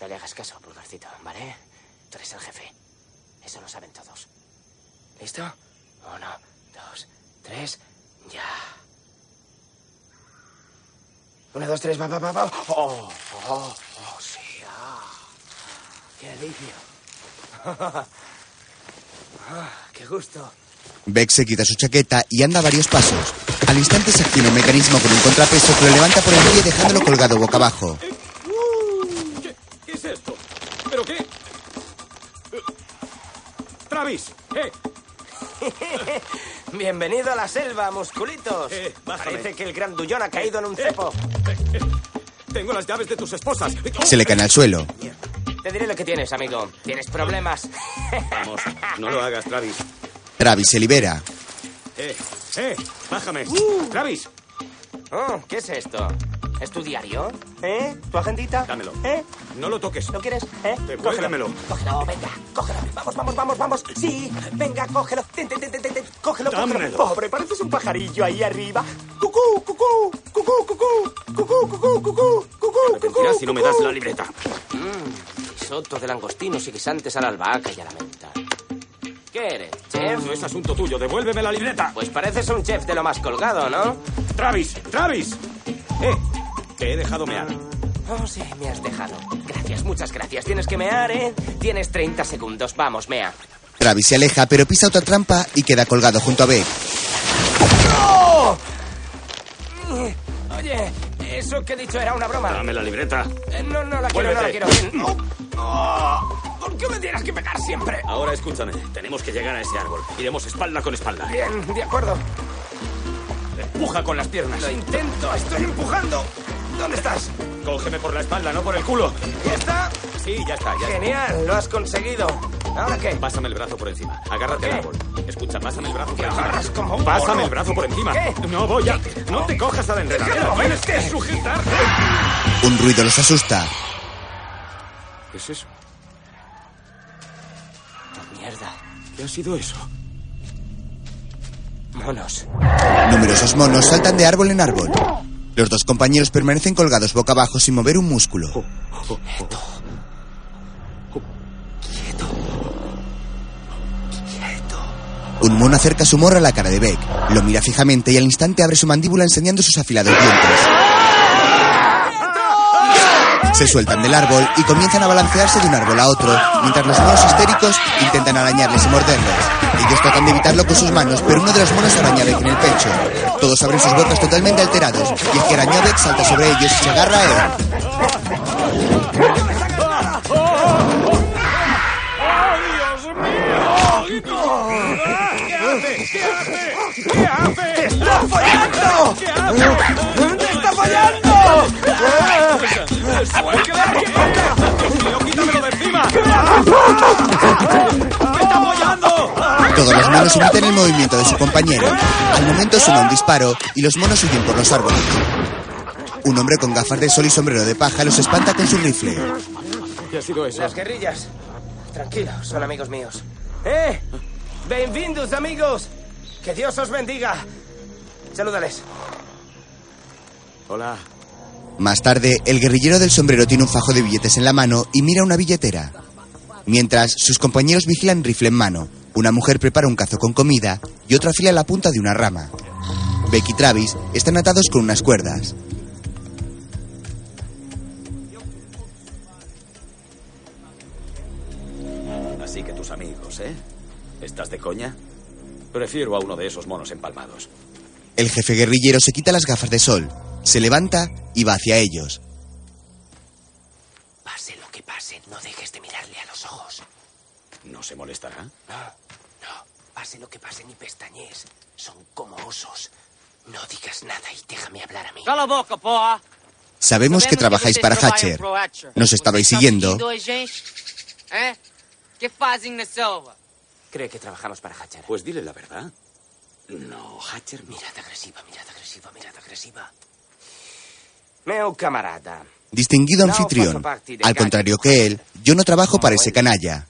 No le hagas caso, pulgarcito, ¿vale? Tú eres el jefe. Eso lo saben todos. ¿Listo? Uno, dos, tres, ya. Una, dos, tres, va, va, va, va. Oh, oh, oh, sí. ah. Qué alivio. Ah, qué gusto. Beck se quita su chaqueta y anda varios pasos. Al instante se acciona un mecanismo con un contrapeso que lo levanta por el pie dejándolo colgado boca abajo. ¿Qué, qué es esto? ¿Pero qué? Eh, Travis, eh, Bienvenido a la selva, musculitos. Eh, bájame. Parece que el grandullón ha caído en un cepo. tengo las llaves de tus esposas. Se le caen al suelo. Te diré lo que tienes, amigo. Tienes problemas. Vamos, no lo hagas, Travis. Travis se libera. Eh, eh, bájame. Travis, Oh, ¿qué es esto? ¿Es tu diario? ¿Eh? ¿Tu agendita? Dámelo. ¿Eh? no lo toques. ¿Lo quieres? ¿Eh? pues, Devuélvemelo. Cógelo, venga, cógelo. Vamos, vamos, vamos, vamos. Sí, venga, cógelo. Ten, ten, ten, ten, ten, Cógelo, Dámelo. cógelo. Pobre, pareces un pajarillo ahí arriba. Cucú, cucú, cucú, cucú, cucú, cucú, cucú, cucú, Arrepentirás cucú. si no me das la libreta. Soto de langostinos y guisantes a la albahaca y a la menta. ¿Qué eres, chef? Eso es asunto tuyo. Devuélveme la libreta. Pues pareces un chef de lo más colgado, ¿no? Travis, Travis. Eh, te he dejado mear. Oh, sí, me has dejado. Gracias, muchas gracias. Tienes que mear, ¿eh? Tienes 30 segundos. Vamos, mea. Travis se aleja, pero pisa otra trampa y queda colgado junto a Beck. ¡No! Eh, Oye, eso que he dicho era una broma. Dame la libreta. Eh, No, no la quiero, no la quiero. Vuélvete. Mm. No. Oh, ¿Por qué me tienes que pegar siempre? Ahora escúchame. Tenemos que llegar a ese árbol. Iremos espalda con espalda. Bien, de acuerdo. Empuja con las piernas. Lo intento, estoy empujando. ¿Dónde estás? Cógeme por la espalda, no por el culo. ¿Ya está? Sí, ya está, ya está. Genial, lo has conseguido. ¿Ahora qué? Pásame el brazo por encima. Agárrate ¿Qué? al árbol. Escucha, pásame el brazo por Te encima. agarras como un Pásame gordo. el brazo por encima. ¿Qué? No voy a. No te cojas a la enredadera. Déjalo, ¿ves Tienes que qué? sujetarte. Un ruido los asusta. ¿Qué es eso? Mierda. ¿Qué ha sido eso? Monos. Numerosos monos saltan de árbol en árbol. Los dos compañeros permanecen colgados boca abajo sin mover un músculo. Un mono acerca su morra a la cara de Beck, lo mira fijamente y al instante abre su mandíbula enseñando sus afilados dientes. Se sueltan del árbol y comienzan a balancearse de un árbol a otro, mientras los monos histéricos intentan arañarles y morderles. Ellos tratan de evitarlo con sus manos, pero uno de los monos araña a Beck en el pecho. Todos abren sus bocas totalmente alterados, y el que arañó a Beck salta sobre ellos y se agarra a él. ¿Qué hace? ¿Qué hace? ¡Está follando! ¿Qué hace? ¡Te está monos imitan el movimiento de su compañero. Al momento suena un disparo y los monos huyen por los árboles. Un hombre con gafas de sol y sombrero de paja los espanta con su rifle. ¿Qué ha sido eso? Las guerrillas. Tranquilo, son amigos míos. ¡Eh! ¡Bienvenidos, amigos! ¡Que Dios os bendiga! Salúdales. Hola. Más tarde, el guerrillero del sombrero tiene un fajo de billetes en la mano y mira una billetera. Mientras, sus compañeros vigilan rifle en mano. Una mujer prepara un cazo con comida y otra fila la punta de una rama. Beck y Travis están atados con unas cuerdas. Así que tus amigos, ¿eh? ¿Estás de coña? Prefiero a uno de esos monos empalmados. El jefe guerrillero se quita las gafas de sol, se levanta y va hacia ellos. Pase lo que pase, no dejes de mirarle a los ojos. ¿No se molestará? No, no. Pase lo que pase, ni pestañees. Son como osos. No digas nada y déjame hablar a mí. Cala a boca, poa. Sabemos que trabajáis para Hatcher. Nos estabais siguiendo. ¿Eh? ¿Qué hacen en la selva? Cree que trabajamos para Hatcher. Pues dile la verdad. No, Hatcher, no. Mirada agresiva, mirada agresiva, mirada agresiva. Meu camarada. Distinguido anfitrión. Al contrario que él, yo no trabajo para ese canalla.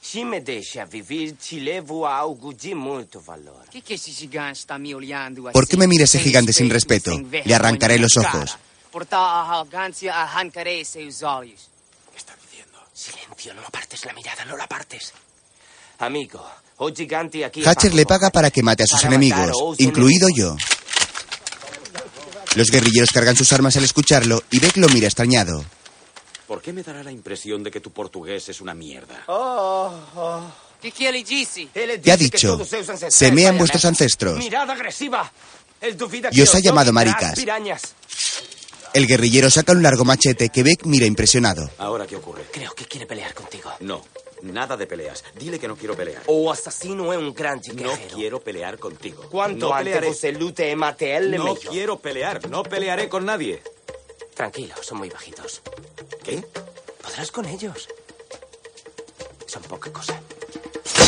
Si me deja vivir, te levo a algo de mucho valor. ¿Qué que ese gigante está me olhando así? ¿Por qué me mira ese gigante sin respeto? Le arrancaré los ojos. Por tal arrogancia, arrancaré sus ojos. ¿Qué está diciendo? Silencio, no apartes la mirada, no la apartes. Amigo, o gigante aquí. Hatcher le paga para que mate a sus Para enemigos, matar a osos incluido yo. Los guerrilleros cargan sus armas al escucharlo y Beck lo mira extrañado. ¿Por qué me dará la impresión de que tu portugués es una mierda? Oh, oh. ¿Qué que él dice? Él ¿Qué ha dice que dicho? todos seus ancestrais Se mean eran vuestros estos. ancestros. Mirada agresiva. Él duvida Y que os ha llamado doten maricas. las pirañas. El guerrillero saca un largo machete que Beck mira impresionado. ¿Ahora qué ocurre? Creo que quiere pelear contigo. No, nada de peleas. Dile que no quiero pelear. O asesino es un grande No guerrero. quiero pelear contigo. Cuanto no antes pelearé. você lute e mate a él, No melhor. quiero pelear. No pelearé con nadie. Tranquilo, son muy bajitos. ¿Qué? Podrás con ellos. Son poca cosa.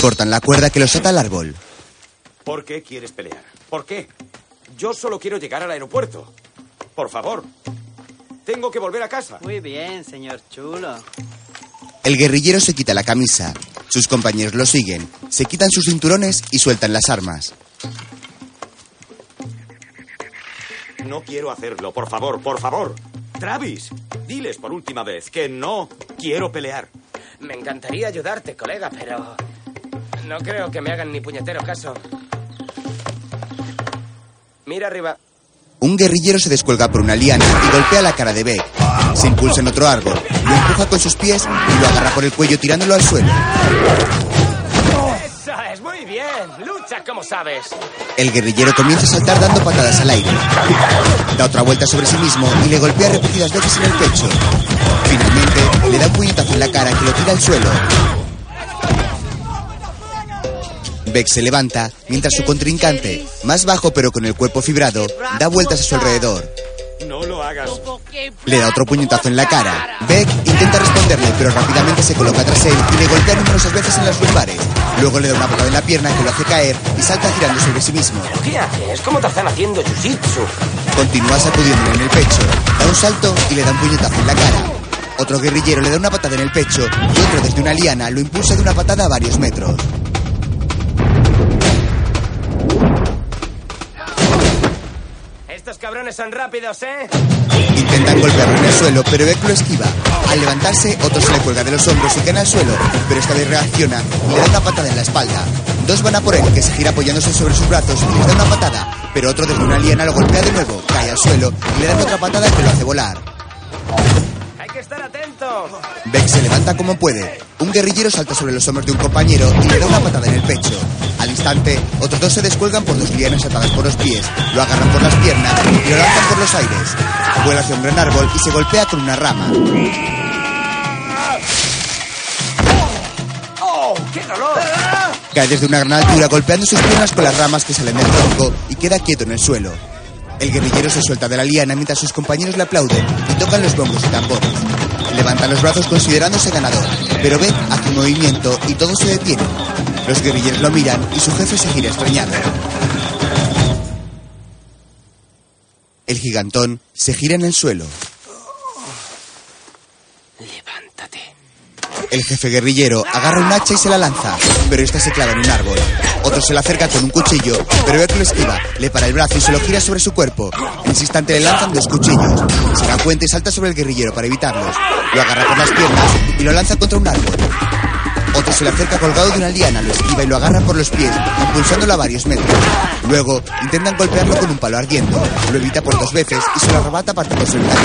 Cortan la cuerda que los ata al árbol. ¿Por qué quieres pelear? ¿Por qué? Yo solo quiero llegar al aeropuerto. Por favor. Tengo que volver a casa. Muy bien, señor chulo. El guerrillero se quita la camisa. Sus compañeros lo siguen, se quitan sus cinturones y sueltan las armas. No quiero hacerlo. Por favor, por favor. Travis, diles por última vez que no quiero pelear. Me encantaría ayudarte, colega, pero. No creo que me hagan ni puñetero caso. Mira arriba. Un guerrillero se descuelga por una liana y golpea la cara de Beck. Se impulsa en otro árbol, lo empuja con sus pies y lo agarra por el cuello tirándolo al suelo. ¡Eso es! ¡Muy bien! ¡Lucha como sabes! El guerrillero comienza a saltar dando patadas al aire. Da otra vuelta sobre sí mismo y le golpea repetidas veces en el pecho. Finalmente, le da un puñetazo en la cara que lo tira al suelo. Beck se levanta mientras su contrincante, más bajo pero con el cuerpo fibrado, da vueltas a su alrededor. No lo hagas. Le da otro puñetazo en la cara. Beck intenta responderle, pero rápidamente se coloca tras él y le golpea numerosas veces en las lumbares. Luego le da una patada en la pierna que lo hace caer y salta girando sobre sí mismo. ¿Qué haces? ¿Cómo te están haciendo jiu-jitsu? Continúa sacudiéndole en el pecho, da un salto y le da un puñetazo en la cara. Otro guerrillero le da una patada en el pecho y otro desde una liana lo impulsa de una patada a varios metros. Estos cabrones son rápidos, ¿eh? Intentan golpearlo en el suelo, pero Beck lo esquiva. Al levantarse, otro se le cuelga de los hombros y cae al suelo, pero esta vez reacciona y le da una patada en la espalda. Dos van a por él, que se gira apoyándose sobre sus brazos y le da una patada, pero otro desde una liana lo golpea de nuevo, cae al suelo y le da otra patada que lo hace volar. Hay que estar atentos. Beck se levanta como puede. Un guerrillero salta sobre los hombros de un compañero y le da una patada en el pecho. Al instante, otros dos se descuelgan por dos lianas atadas por los pies, lo agarran por las piernas y lo lanzan por los aires. Vuela hacia un gran árbol y se golpea con una rama. ¡Oh! ¡Qué dolor! Cae desde una gran altura golpeando sus piernas con las ramas que salen del tronco y queda quieto en el suelo. El guerrillero se suelta de la liana mientras sus compañeros le aplauden y tocan los bombos y tambores. Levanta los brazos considerándose ganador, pero Beck hace un movimiento y todo se detiene. Los guerrilleros lo miran y su jefe se gira extrañado. El gigantón se gira en el suelo. El jefe guerrillero agarra un hacha y se la lanza, pero esta se clava en un árbol. Otro se le acerca con un cuchillo, pero ve que lo esquiva, le para el brazo y se lo gira sobre su cuerpo. En ese instante le lanzan dos cuchillos. Se da cuenta y salta sobre el guerrillero para evitarlos. Lo agarra por las piernas y lo lanza contra un árbol. Otro se le acerca colgado de una liana, lo esquiva y lo agarra por los pies, impulsándolo a varios metros. Luego intentan golpearlo con un palo ardiendo, lo evita por dos veces y se lo arrebata partiéndose el tajo.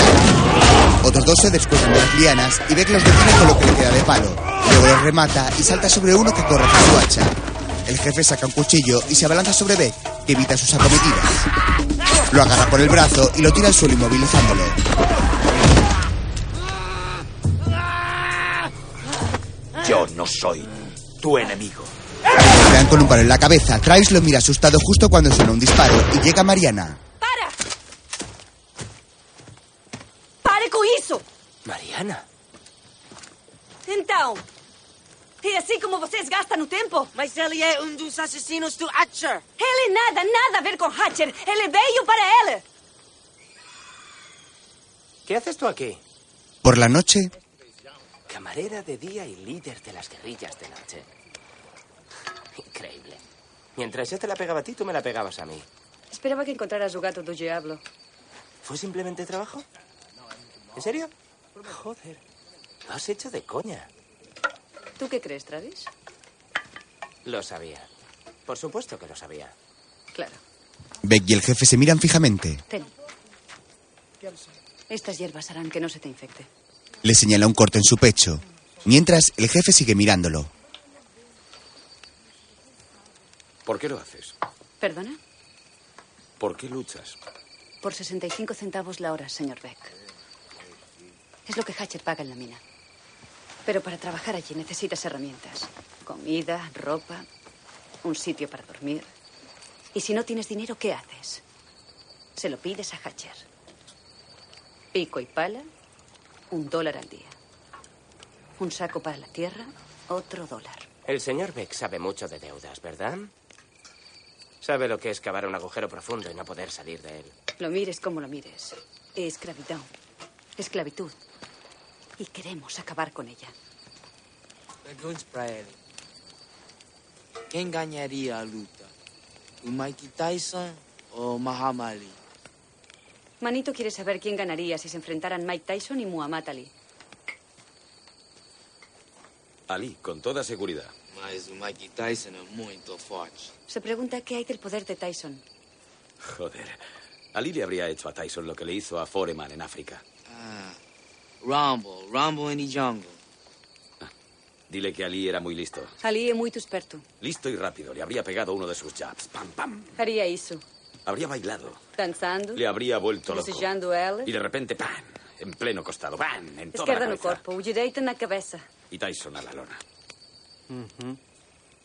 Otros dos se descuelgan de las lianas y ve que los detiene con lo que le queda de palo. Luego los remata y salta sobre uno que corre con su hacha. El jefe saca un cuchillo y se abalanza sobre Beck, que evita sus acometidas. Lo agarra por el brazo y lo tira al suelo inmovilizándolo. Yo no soy tu enemigo. Le dan con un palo en la cabeza. Travis lo mira asustado justo cuando suena un disparo y llega Mariana. ¡Para! ¡Pare con eso! Mariana. Então, é assim como vocês gastam o tempo? Mas ele é um dos assassinos do Hatcher. Ele nada, nada a ver com Hatcher. Ele veio para ela. ¿Qué haces tú aquí? Por la noche, Camarera de día y líder de las guerrillas de noche. Increíble. Mientras yo te la pegaba a ti, tú me la pegabas a mí. Esperaba que encontraras su gato do diablo. ¿Fue simplemente trabajo? ¿En serio? Joder. Lo has hecho de coña. ¿Tú qué crees, Travis? Lo sabía. Por supuesto que lo sabía. Claro. Beck y el jefe se miran fijamente. Ten. Estas hierbas harán que no se te infecte. Le señala un corte en su pecho. Mientras, el jefe sigue mirándolo. ¿Por qué lo haces? ¿Perdona? ¿Por qué luchas? Por 65 centavos la hora, señor Beck. Es lo que Hatcher paga en la mina. Pero para trabajar allí necesitas herramientas. Comida, ropa, un sitio para dormir. Y si no tienes dinero, ¿qué haces? Se lo pides a Hatcher. Pico y pala, un dólar al día. Un saco para la tierra, otro dólar. El señor Beck sabe mucho de deudas, ¿verdad? Sabe lo que es cavar un agujero profundo y no poder salir de él. Lo mires como lo mires. Esclavitud. Esclavitud. Y queremos acabar con ella. Pergunte para ele. Quem ganharia a luta? O Mike Tyson ou Muhammad Ali? Manito quiere saber quién ganaría si se enfrentaran Mike Tyson y Muhammad Ali. Ali, con toda seguridad. Mas o Mike Tyson é muito forte. Se pregunta qué hay del poder de Tyson. Joder. Ali le habría hecho a Tyson lo que le hizo a Foreman en África. Ah, Rumble, Rumble in the Jungle. Dile que Ali era muy listo. Ali é muito esperto. Listo y rápido. Le habría pegado uno de sus jabs. Pam, pam. Haría eso. Habría bailado. Danzando. Le habría vuelto loco. Desejando ela. Y de repente, ¡pam! En pleno costado. ¡Pam! En toda Esquerda la no cabeza. corpo, direita na cabeça. Y Tyson a la lona. Ujú.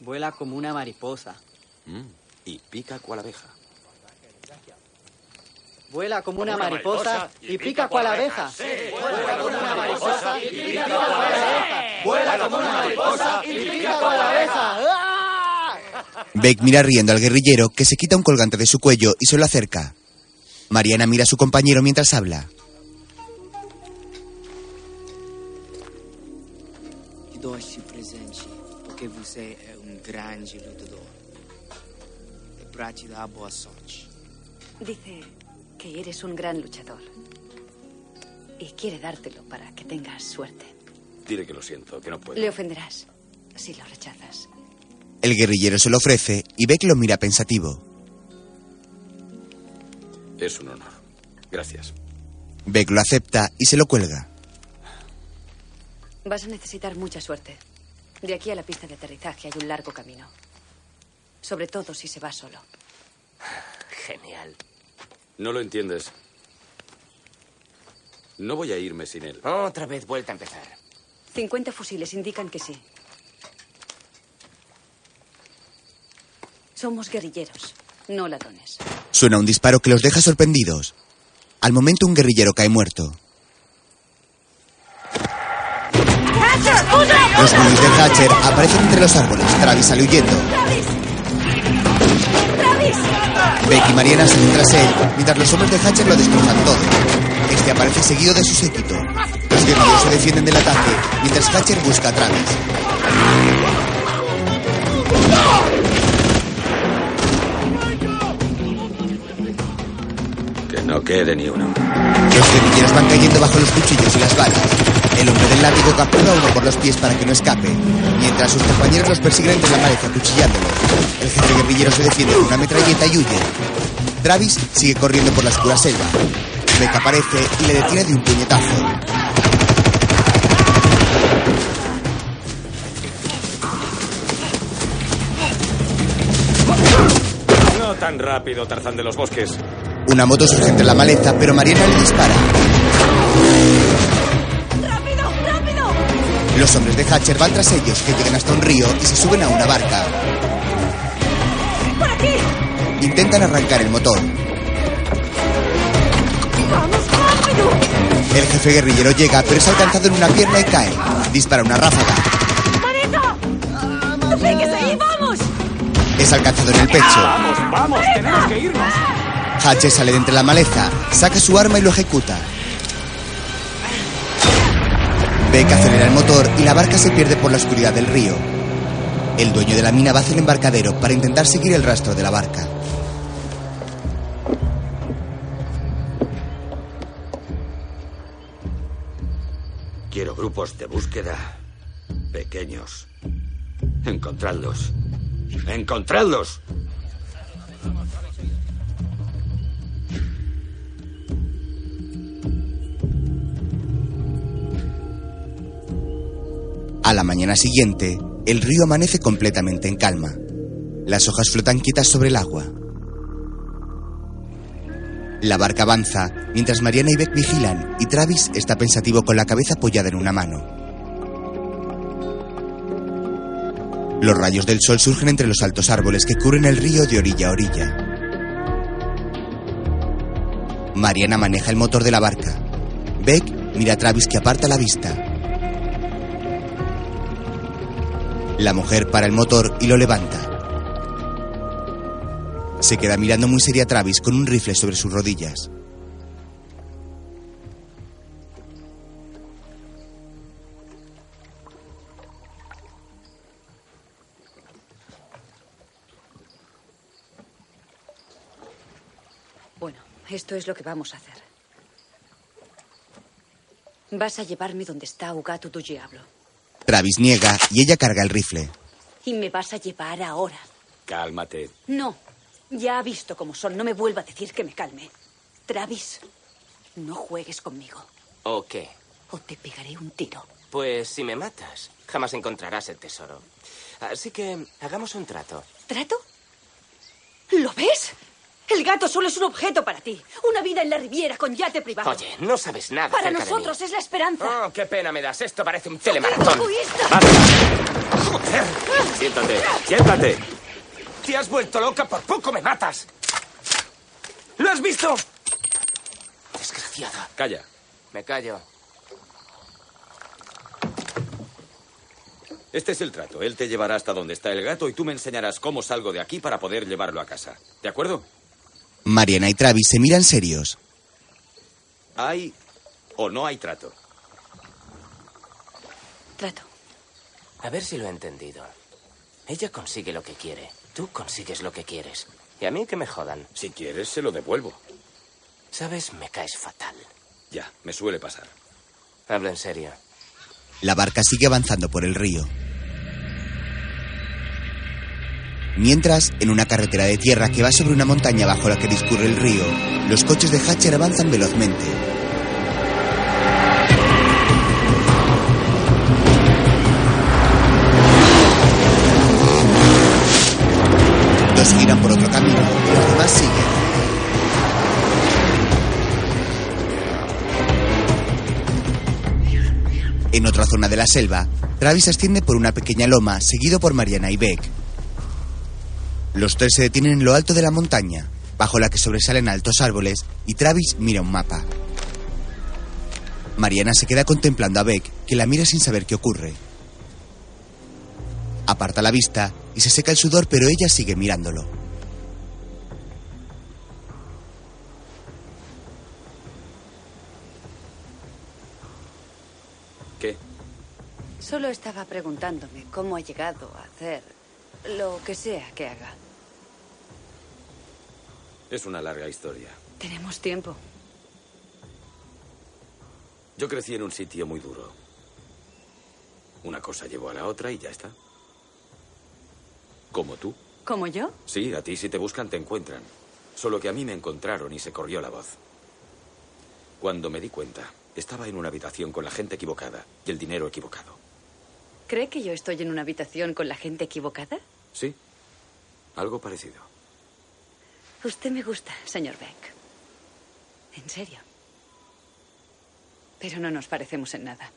Vuela como una mariposa. Mm, Y pica cual abeja. Vuela como una mariposa y pica cual abeja. Vuela como una mariposa y pica con la abeja. Beck mira riendo al guerrillero que se quita un colgante de su cuello y se lo acerca. Mariana mira a su compañero mientras habla. E dou este presente porque você é um grande lutador. É pra te dar boa sorte. Dice que eres un gran luchador. Y quiere dártelo para que tengas suerte. Dile que lo siento, que Pues no puedo. Le ofenderás si lo rechazas. El guerrillero se lo ofrece y Beck lo mira pensativo. Es un honor. Gracias. Beck lo acepta y se lo cuelga. Vas a necesitar mucha suerte. De aquí a la pista de aterrizaje hay un largo camino. Sobre todo si se va solo. Genial. No lo entiendes. No voy a irme sin él. Otra vez vuelta a empezar. 50 fusiles indican que sí. Somos guerrilleros, no latones. Suena un disparo que los deja sorprendidos. Al momento un guerrillero cae muerto. ¡Hatcher! ¡Huye! Los bullies de Hatcher aparecen entre los árboles. Travis sale huyendo. Beck y Mariana salen tras él, mientras los hombres de Hatcher lo destrozan todo. Este aparece seguido de su séquito. Los guerrilleros se defienden del ataque, mientras Hatcher busca a Travis. Que no quede ni uno. Los guerrilleros van cayendo bajo los cuchillos y las balas. El hombre del látigo captura a uno por los pies para que no escape, mientras sus compañeros los persiguen entre la pared acuchillándolos. El jefe guerrillero se defiende con una metralleta y huye. Travis sigue corriendo por la oscura selva. Beck aparece y le detiene de un puñetazo. No tan rápido, Tarzán de los Bosques. Una moto surge entre la maleza, pero Mariana le dispara. Los hombres de Hatcher van tras ellos, que llegan hasta un río y se suben a una barca. ¡Por aquí! Intentan arrancar el motor. ¡Vamos rápido! El jefe guerrillero llega, pero es alcanzado en una pierna y cae. Dispara una ráfaga. ¡Manito! ¡No pegues ahí, vamos! Es alcanzado en el pecho. Ah, ¡Vamos, vamos! ¡Tenemos que irnos! Hatcher sale de entre la maleza, saca su arma y lo ejecuta. Beck acelera el motor y la barca se pierde por la oscuridad del río. El dueño de la mina va hacia el embarcadero para intentar seguir el rastro de la barca. Quiero grupos de búsqueda pequeños. Encontradlos. Encontradlos. A la mañana siguiente, el río amanece completamente en calma. Las hojas flotan quietas sobre el agua. La barca avanza mientras Mariana y Beck vigilan y Travis está pensativo con la cabeza apoyada en una mano. Los rayos del sol surgen entre los altos árboles que cubren el río de orilla a orilla. Mariana maneja el motor de la barca. Beck mira a Travis que aparta la vista. La mujer para el motor y lo levanta. Se queda mirando muy seria a Travis con un rifle sobre sus rodillas. Bueno, esto es lo que vamos a hacer. Vas a llevarme donde está Ugatu tu diablo. Travis niega y ella carga el rifle. Y me vas a llevar ahora. Cálmate. No. Ya ha visto cómo son. No me vuelva a decir que me calme. Travis, no juegues conmigo ¿O qué? o te pegaré un tiro. Pues si me matas, jamás encontrarás el tesoro. Así que hagamos un trato. ¿Trato? ¿Lo ves? El gato solo es un objeto para ti. Una vida en la Riviera con yate privado. Oye, no sabes nada. Ah. para acerca de mí. nosotros es la esperanza. Oh, qué pena me das. Esto parece un telemaratón. Siéntate, siéntate. Te has vuelto loca, por poco me matas. ¿Lo has visto? Desgraciada. Calla. Me callo. Este es el trato. Él te llevará hasta donde está el gato y tú me enseñarás cómo salgo de aquí para poder llevarlo a casa. ¿De acuerdo? Mariana y Travis se miran serios. ¿Hay o no hay trato? Trato. A ver si lo he entendido. Ella consigue lo que quiere. Tú consigues lo que quieres. Y a mí que me jodan. Si quieres, se lo devuelvo. Sabes, me caes fatal. Ya, me suele pasar. Habla en serio. La barca sigue avanzando por el río. Mientras, en una carretera de tierra que va sobre una montaña bajo la que discurre el río, los coches de Hatcher avanzan velozmente. Dos giran por otro camino y los demás siguen. En otra zona de la selva, Travis asciende por una pequeña loma, seguido por Mariana y Beck. Los tres se detienen en lo alto de la montaña, bajo la que sobresalen altos árboles, y Travis mira un mapa. Mariana se queda contemplando a Beck, que la mira sin saber qué ocurre. Aparta la vista y se seca el sudor, pero ella sigue mirándolo. ¿Qué? Solo estaba preguntándome cómo ha llegado a hacer lo que sea que haga. Es una larga historia. Tenemos tiempo. Yo crecí en un sitio muy duro. Una cosa llevó a la otra y ya está. Como tú. ¿Como yo? Sí, a ti si te buscan te encuentran. Solo que a mí me encontraron y se corrió la voz. Cuando me di cuenta, estaba en una habitación con la gente equivocada y el dinero equivocado. ¿Cree que yo estoy en una habitación con la gente equivocada? Sí, algo parecido. Usted me gusta, señor Beck. En serio. Pero no nos parecemos en nada.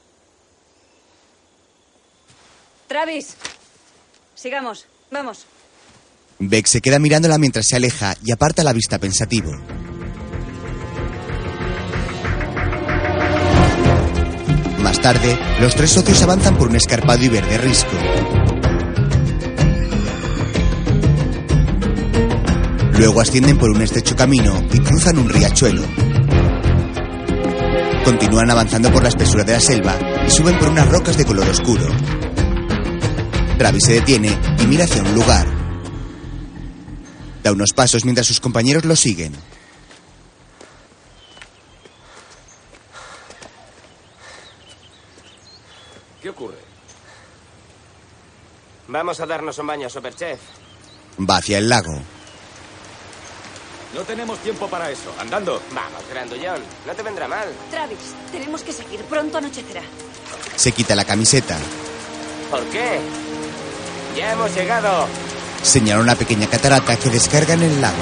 Travis, sigamos, vamos. Beck se queda mirándola mientras se aleja y aparta la vista pensativo. Más tarde, los tres socios avanzan por un escarpado y verde risco. Luego ascienden por un estrecho camino y cruzan un riachuelo. Continúan avanzando por la espesura de la selva y suben por unas rocas de color oscuro. Travis se detiene y mira hacia un lugar. Da unos pasos mientras sus compañeros lo siguen. ¿Qué ocurre? Vamos a darnos un baño, Superchef. Va hacia el lago. No tenemos tiempo para eso. Andando. Vamos, grandullón. No te vendrá mal. Travis, tenemos que seguir. Pronto anochecerá. Se quita la camiseta. ¿Por qué? Ya hemos llegado. Señala una pequeña catarata que descarga en el lago.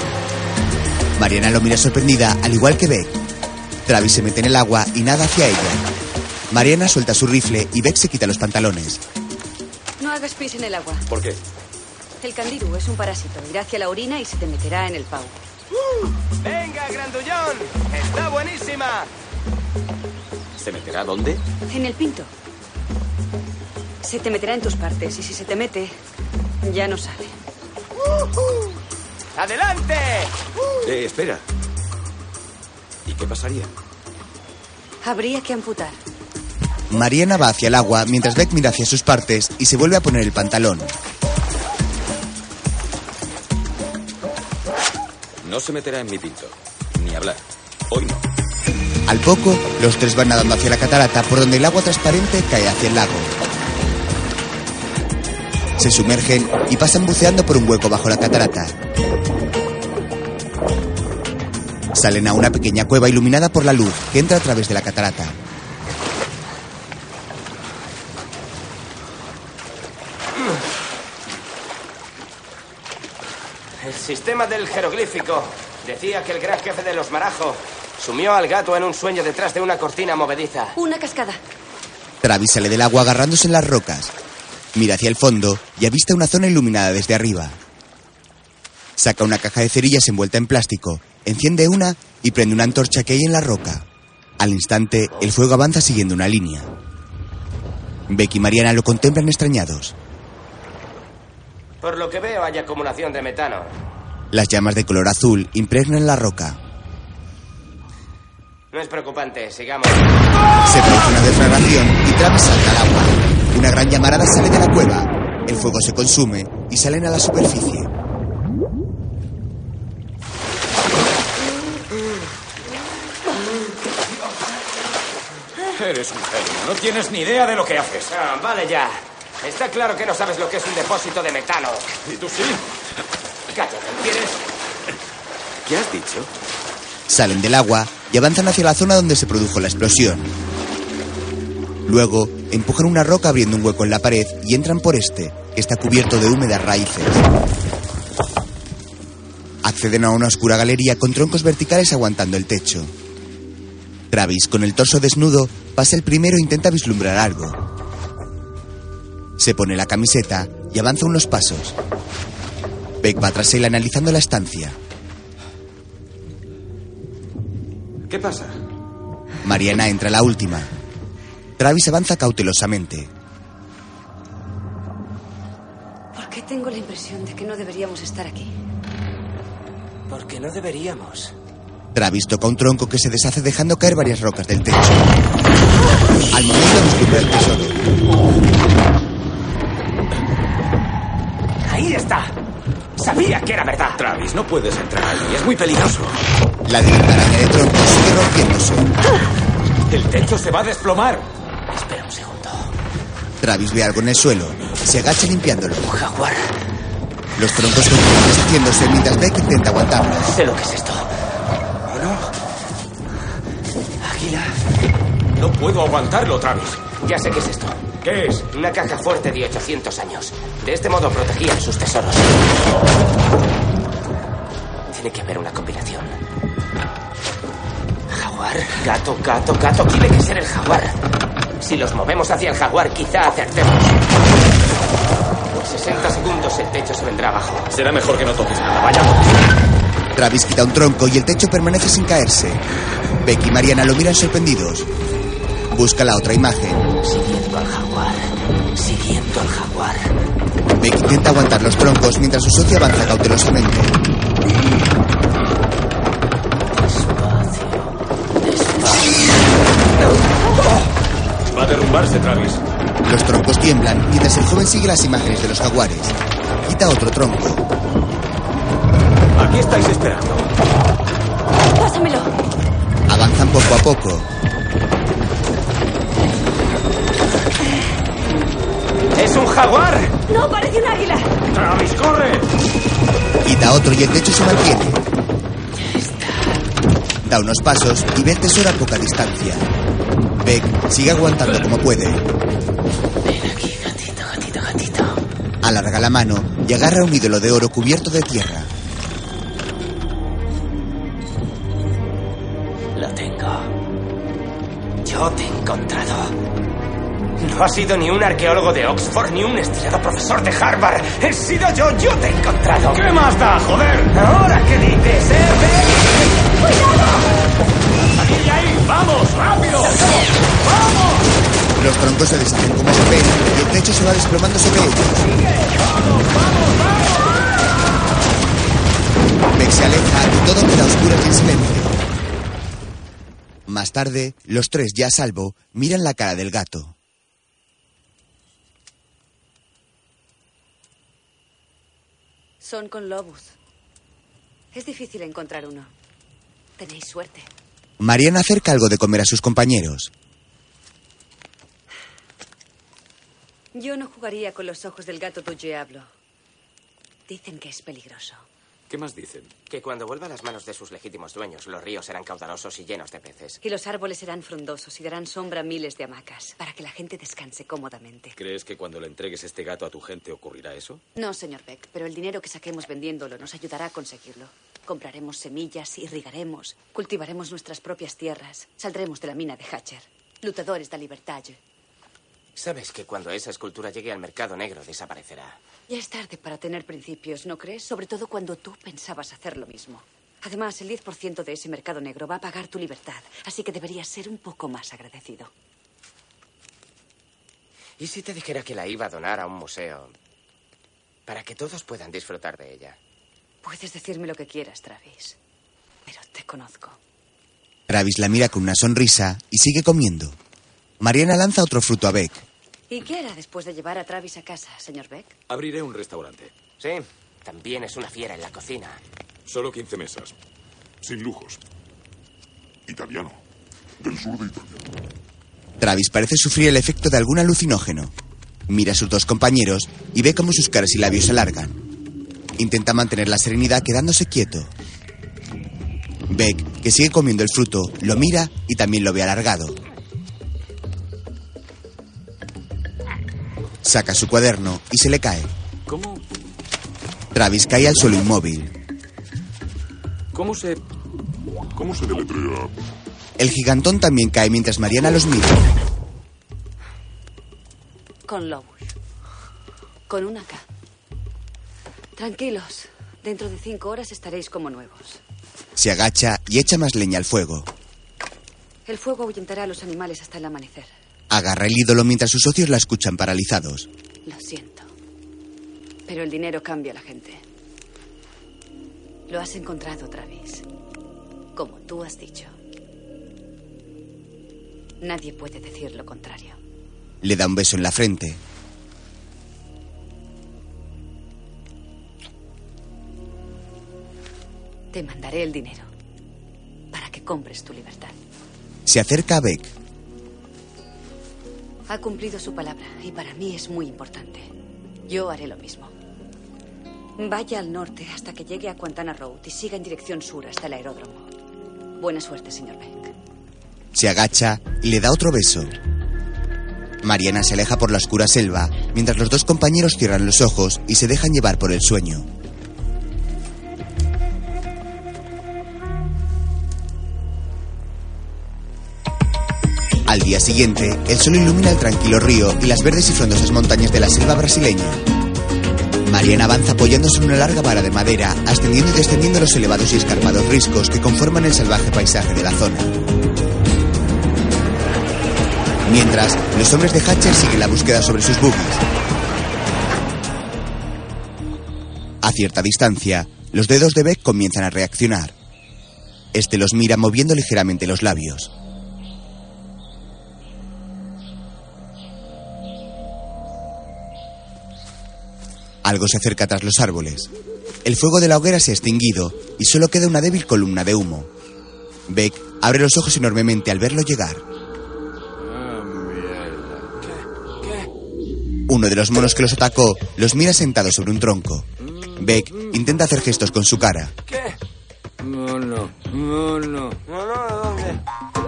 Mariana lo mira sorprendida, al igual que Beck. Travis se mete en el agua y nada hacia ella. Mariana suelta su rifle y Beck se quita los pantalones. No hagas pis en el agua. ¿Por qué? El candiru es un parásito. Irá hacia la orina y se te meterá en el pau. ¡Venga, grandullón! ¡Está buenísima! ¿Se meterá dónde? En el pinto. Se te meterá en tus partes y si se te mete, ya no sale. ¡Adelante! Eh, espera. ¿Y qué pasaría? Habría que amputar. Mariana va hacia el agua mientras Beck mira hacia sus partes y se vuelve a poner el pantalón. No se meterá en mi pinto. Ni hablar. Hoy no. Al poco, los tres van nadando hacia la catarata por donde el agua transparente cae hacia el lago. Se sumergen y pasan buceando por un hueco bajo la catarata. Salen a una pequeña cueva iluminada por la luz que entra a través de la catarata. El sistema del jeroglífico. Decía que el gran jefe de los Marajo sumió al gato en un sueño detrás de una cortina movediza. Una cascada. Travis sale del agua agarrándose en las rocas. Mira hacia el fondo y avista una zona iluminada desde arriba. Saca una caja de cerillas envuelta en plástico, enciende una y prende una antorcha que hay en la roca. Al instante, el fuego avanza siguiendo una línea. Beck y Mariana lo contemplan extrañados. Por lo que veo, hay acumulación de metano. Las llamas de color azul impregnan la roca. No es preocupante, sigamos. Se produce una deflagración y Travis salta al agua. Una gran llamarada sale de la cueva. El fuego se consume y salen a la superficie. Eres un genio. No tienes ni idea de lo que haces. Ah, vale ya. Está claro que no sabes lo que es un depósito de metano. ¿Y tú sí? Cállate, ¿quieres? ¿Qué has dicho? Salen del agua y avanzan hacia la zona donde se produjo la explosión. Luego, empujan una roca abriendo un hueco en la pared y entran por este, que está cubierto de húmedas raíces. Acceden a una oscura galería con troncos verticales aguantando el techo. Travis, con el torso desnudo, pasa el primero e intenta vislumbrar algo. Se pone la camiseta y avanza unos pasos. Beck va tras él analizando la estancia. ¿Qué pasa? Mariana entra la última. Travis avanza cautelosamente. que tengo la impresión de que no deberíamos estar aquí. Porque no deberíamos. Travis toca un tronco que se deshace dejando caer varias rocas del techo. Al momento descubre el tesoro. Ahí está. Sabía que era verdad. Travis, no puedes entrar ahí. Es muy peligroso. La telaraña de tronco sigue rompiéndose. El techo se va a desplomar. Espera un segundo. Travis ve algo en el suelo. Se agacha limpiándolo. Un jaguar. Los troncos continúan deshaciéndose mientras Beck intenta aguantarlo. Sé lo que es esto. ¿O no? Águila. No puedo aguantarlo, Travis. Ya sé qué es esto. ¿Qué es? Una caja fuerte de 800 años. De este modo protegían sus tesoros. Tiene que haber una combinación. Jaguar, gato, gato, gato. Tiene que ser el jaguar. Si los movemos hacia el jaguar, quizá acertemos. Por 60 segundos el techo se vendrá abajo. Será mejor que no toques nada. Vayamos. Travis quita un tronco y el techo permanece sin caerse. Becky y Mariana lo miran sorprendidos. Busca la otra imagen. Siguiendo al jaguar. Siguiendo al jaguar. Beck intenta aguantar los troncos mientras su socio avanza cautelosamente. Despacio. Despacio. Va a derrumbarse, Travis. Los troncos tiemblan mientras el joven sigue las imágenes de los jaguares. Quita otro tronco. Aquí estáis esperando. Pásamelo. Avanzan poco a poco. ¡Es un jaguar! No, parece un águila. Travis, corre. Quita otro y el techo se mantiene. Ya está. Da unos pasos y ve el tesoro a poca distancia. Beck sigue aguantando como puede. Ven aquí, gatito, gatito, gatito. Alarga la mano y agarra un ídolo de oro cubierto de tierra. Lo tengo. Yo te he encontrado. No ha sido ni un arqueólogo de Oxford ni un estirado profesor de Harvard. He sido yo, yo te he encontrado. ¿Qué más da, joder? Ahora, ¿qué dices, eh, Beck? ¡Cuidado! ¡Salir de ahí! ¡Vamos! ¡Rápido! ¡Vamos! Los troncos se deshacen como se ven y el techo se va desplomando sobre ellos. ¡Sigue! ¡Vamos, vamos, vamos! Beck se aleja y todo queda oscuro en silencio. Más tarde, los tres ya a salvo miran la cara del gato. Son con lobos. Es difícil encontrar uno. Tenéis suerte. Mariana acerca algo de comer a sus compañeros. Yo no jugaría con los ojos del gato diablo. Dicen que es peligroso. ¿Qué más dicen? Que cuando vuelva a las manos de sus legítimos dueños, los ríos serán caudalosos y llenos de peces. Y los árboles serán frondosos y darán sombra a miles de hamacas para que la gente descanse cómodamente. ¿Crees que cuando le entregues este gato a tu gente ocurrirá eso? No, señor Beck, pero el dinero que saquemos vendiéndolo nos ayudará a conseguirlo. Compraremos semillas, irrigaremos, cultivaremos nuestras propias tierras, saldremos de la mina de Hatcher. Lutadores de la libertad. Sabes que cuando esa escultura llegue al mercado negro desaparecerá. Ya es tarde para tener principios, ¿no crees? Sobre todo cuando tú pensabas hacer lo mismo. Además, el 10% de ese mercado negro va a pagar tu libertad, así que deberías ser un poco más agradecido. ¿Y si te dijera que la iba a donar a un museo para que todos puedan disfrutar de ella? Puedes decirme lo que quieras, Travis, pero te conozco. Travis la mira con una sonrisa y sigue comiendo. Mariana lanza otro fruto a Beck. ¿Y qué hará después de llevar a Travis a casa, señor Beck? Abriré un restaurante. Sí, también es una fiera en la cocina. Solo 15 mesas, sin lujos. Italiano, del sur de Italia. Travis parece sufrir el efecto de algún alucinógeno. Mira a sus dos compañeros y ve cómo sus caras y labios se alargan. Intenta mantener la serenidad quedándose quieto. Beck, que sigue comiendo el fruto, lo mira y también lo ve alargado. Saca su cuaderno y se le cae. ¿Cómo? Travis cae al suelo inmóvil. ¿Cómo se. ¿Cómo se deletrea? El gigantón también cae mientras Mariana los mira. Con lobos. Con una K. Tranquilos. Dentro de cinco horas estaréis como nuevos. Se agacha y echa más leña al fuego. El fuego ahuyentará a los animales hasta el amanecer. Agarra el ídolo mientras sus socios la escuchan paralizados. Lo siento. Pero el dinero cambia a la gente. Lo has encontrado, Travis. Como tú has dicho. Nadie puede decir lo contrario. Le da un beso en la frente. Te mandaré el dinero para que compres tu libertad. Se acerca a Beck. Ha cumplido su palabra y para mí es muy importante. Yo haré lo mismo. Vaya al norte hasta que llegue a Quantana Road y siga en dirección sur hasta el aeródromo. Buena suerte, señor Beck. Se agacha y le da otro beso. Mariana se aleja por la oscura selva, mientras los dos compañeros cierran los ojos y se dejan llevar por el sueño. Al día siguiente, el sol ilumina el tranquilo río y las verdes y frondosas montañas de la selva brasileña. Mariana avanza apoyándose en una larga vara de madera, ascendiendo y descendiendo los elevados y escarpados riscos que conforman el salvaje paisaje de la zona. Mientras, los hombres de Hatcher siguen la búsqueda sobre sus buggies. A cierta distancia, los dedos de Beck comienzan a reaccionar. Este los mira moviendo ligeramente los labios. Algo se acerca tras los árboles. El fuego de la hoguera se ha extinguido y solo queda una débil columna de humo. Beck abre los ojos enormemente al verlo llegar. Uno de los monos que los atacó los mira sentados sobre un tronco. Beck intenta hacer gestos con su cara. ¿Qué? Mono, mono. ¿Mono de dónde?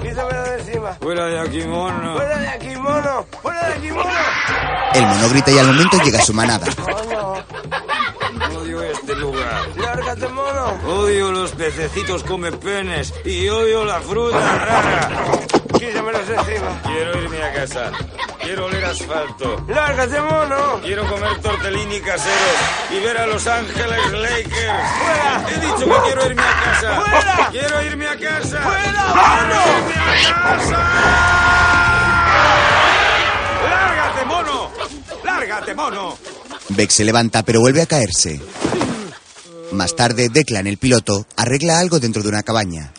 Quítamelo de encima. Fuera de aquí, mono. ¡Fuera de aquí, mono! ¡Fuera de aquí, mono! El mono grita y al momento llega su manada. Odio este lugar. ¡Lárgate, mono! Odio los pececitos come penes y odio la fruta rara. ¡Quítamelos de encima! Quiero irme a casa. Quiero oler asfalto. ¡Lárgate, mono! Quiero comer tortellini caseros y ver a Los Ángeles Lakers. ¡Fuera! He dicho que quiero irme a casa. ¡Fuera! Quiero irme a casa. ¡Fuera, mono! ¡Quiero irme a casa! ¡Lárgate, mono! ¡Lárgate, mono! Beck se levanta pero vuelve a caerse. Más tarde, Declan, el piloto, arregla algo dentro de una cabaña.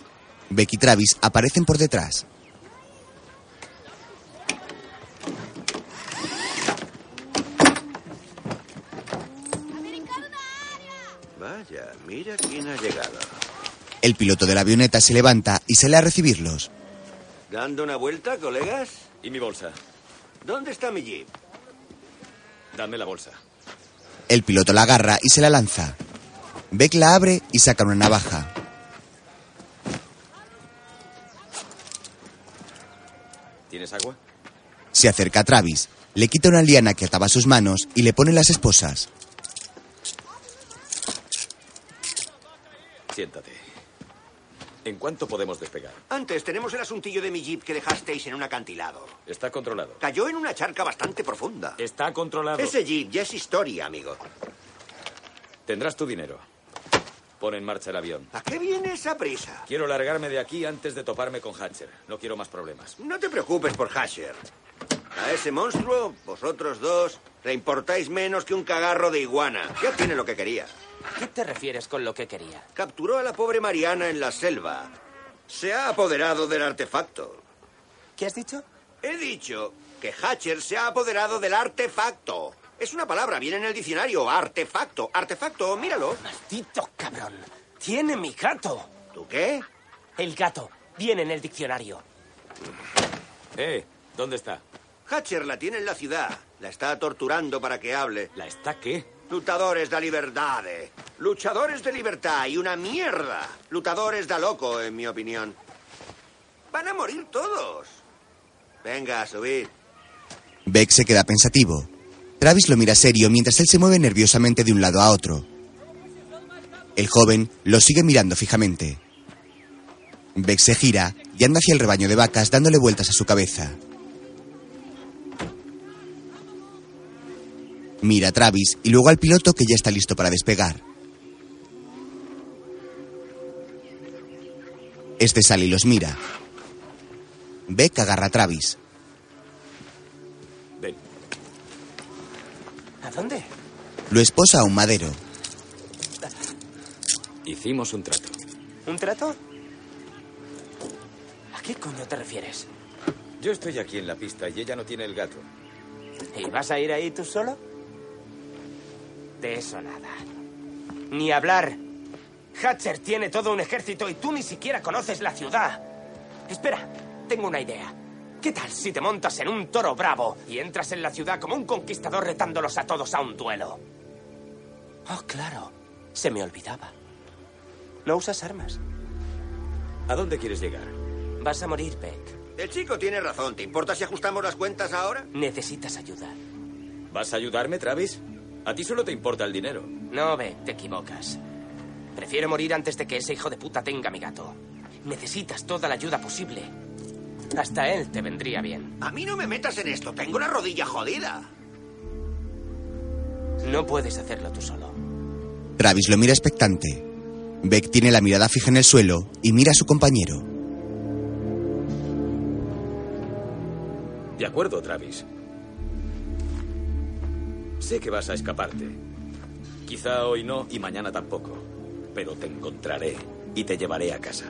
Beck y Travis aparecen por detrás. Vaya, mira quién ha llegado. El piloto de la avioneta se levanta y sale a recibirlos. ¿Dando una vuelta, colegas? ¿Y mi bolsa? ¿Dónde está mi jeep? Dame la bolsa. El piloto la agarra y se la lanza. Beck la abre y saca una navaja. ¿Tienes agua? Se acerca a Travis, le quita una liana que ataba sus manos y le pone las esposas. Siéntate. ¿En cuánto podemos despegar? Antes tenemos el asuntillo de mi jeep que dejasteis en un acantilado. Está controlado. Cayó en una charca bastante profunda. Está controlado. Ese jeep ya es historia, amigo. Tendrás tu dinero. Pon en marcha el avión. ¿A qué viene esa prisa? Quiero largarme de aquí antes de toparme con Hatcher. No quiero más problemas. No te preocupes por Hatcher. A ese monstruo, vosotros dos, le importáis menos que un cagarro de iguana. Ya tiene lo que quería. ¿Qué te refieres con lo que quería? Capturó a la pobre Mariana en la selva. Se ha apoderado del artefacto. ¿Qué has dicho? He dicho que Hatcher se ha apoderado del artefacto. Es una palabra, viene en el diccionario. Artefacto. Artefacto, míralo. Maldito cabrón. Tiene mi gato. ¿Tú qué? El gato. Viene en el diccionario. Eh, ¿dónde está? Hatcher la tiene en la ciudad. La está torturando para que hable. ¿La está qué? Lutadores da libertade. Luchadores de libertad y una mierda. Lutadores da loco, en mi opinión. Van a morir todos. Venga, subid. Beck se queda pensativo. Travis lo mira serio mientras él se mueve nerviosamente de un lado a otro. El joven lo sigue mirando fijamente. Beck se gira y anda hacia el rebaño de vacas dándole vueltas a su cabeza. Mira a Travis y luego al piloto que ya está listo para despegar. Este sale y los mira. Beck agarra a Travis. Ven. ¿A dónde? Lo esposa a un madero. Hicimos un trato. ¿Un trato? ¿A qué coño te refieres? Yo estoy aquí en la pista y ella no tiene el gato. ¿Y vas a ir ahí tú solo? De eso nada. Ni hablar. Hatcher tiene todo un ejército y tú ni siquiera conoces la ciudad. Espera, tengo una idea. ¿Qué tal si te montas en un toro bravo y entras en la ciudad como un conquistador retándolos a todos a un duelo? Oh, claro. Se me olvidaba. No usas armas. ¿A dónde quieres llegar? Vas a morir, Beck. El chico tiene razón. ¿Te importa si ajustamos las cuentas ahora? Necesitas ayuda. ¿Vas a ayudarme, Travis? A ti solo te importa el dinero. No, Beck, te equivocas. Prefiero morir antes de que ese hijo de puta tenga mi gato. Necesitas toda la ayuda posible. Hasta él te vendría bien. A mí no me metas en esto. Tengo la rodilla jodida. No puedes hacerlo tú solo. Travis lo mira expectante. Beck tiene la mirada fija en el suelo y mira a su compañero. De acuerdo, Travis. Sé que vas a escaparte. Quizá hoy no y mañana tampoco. Pero te encontraré y te llevaré a casa.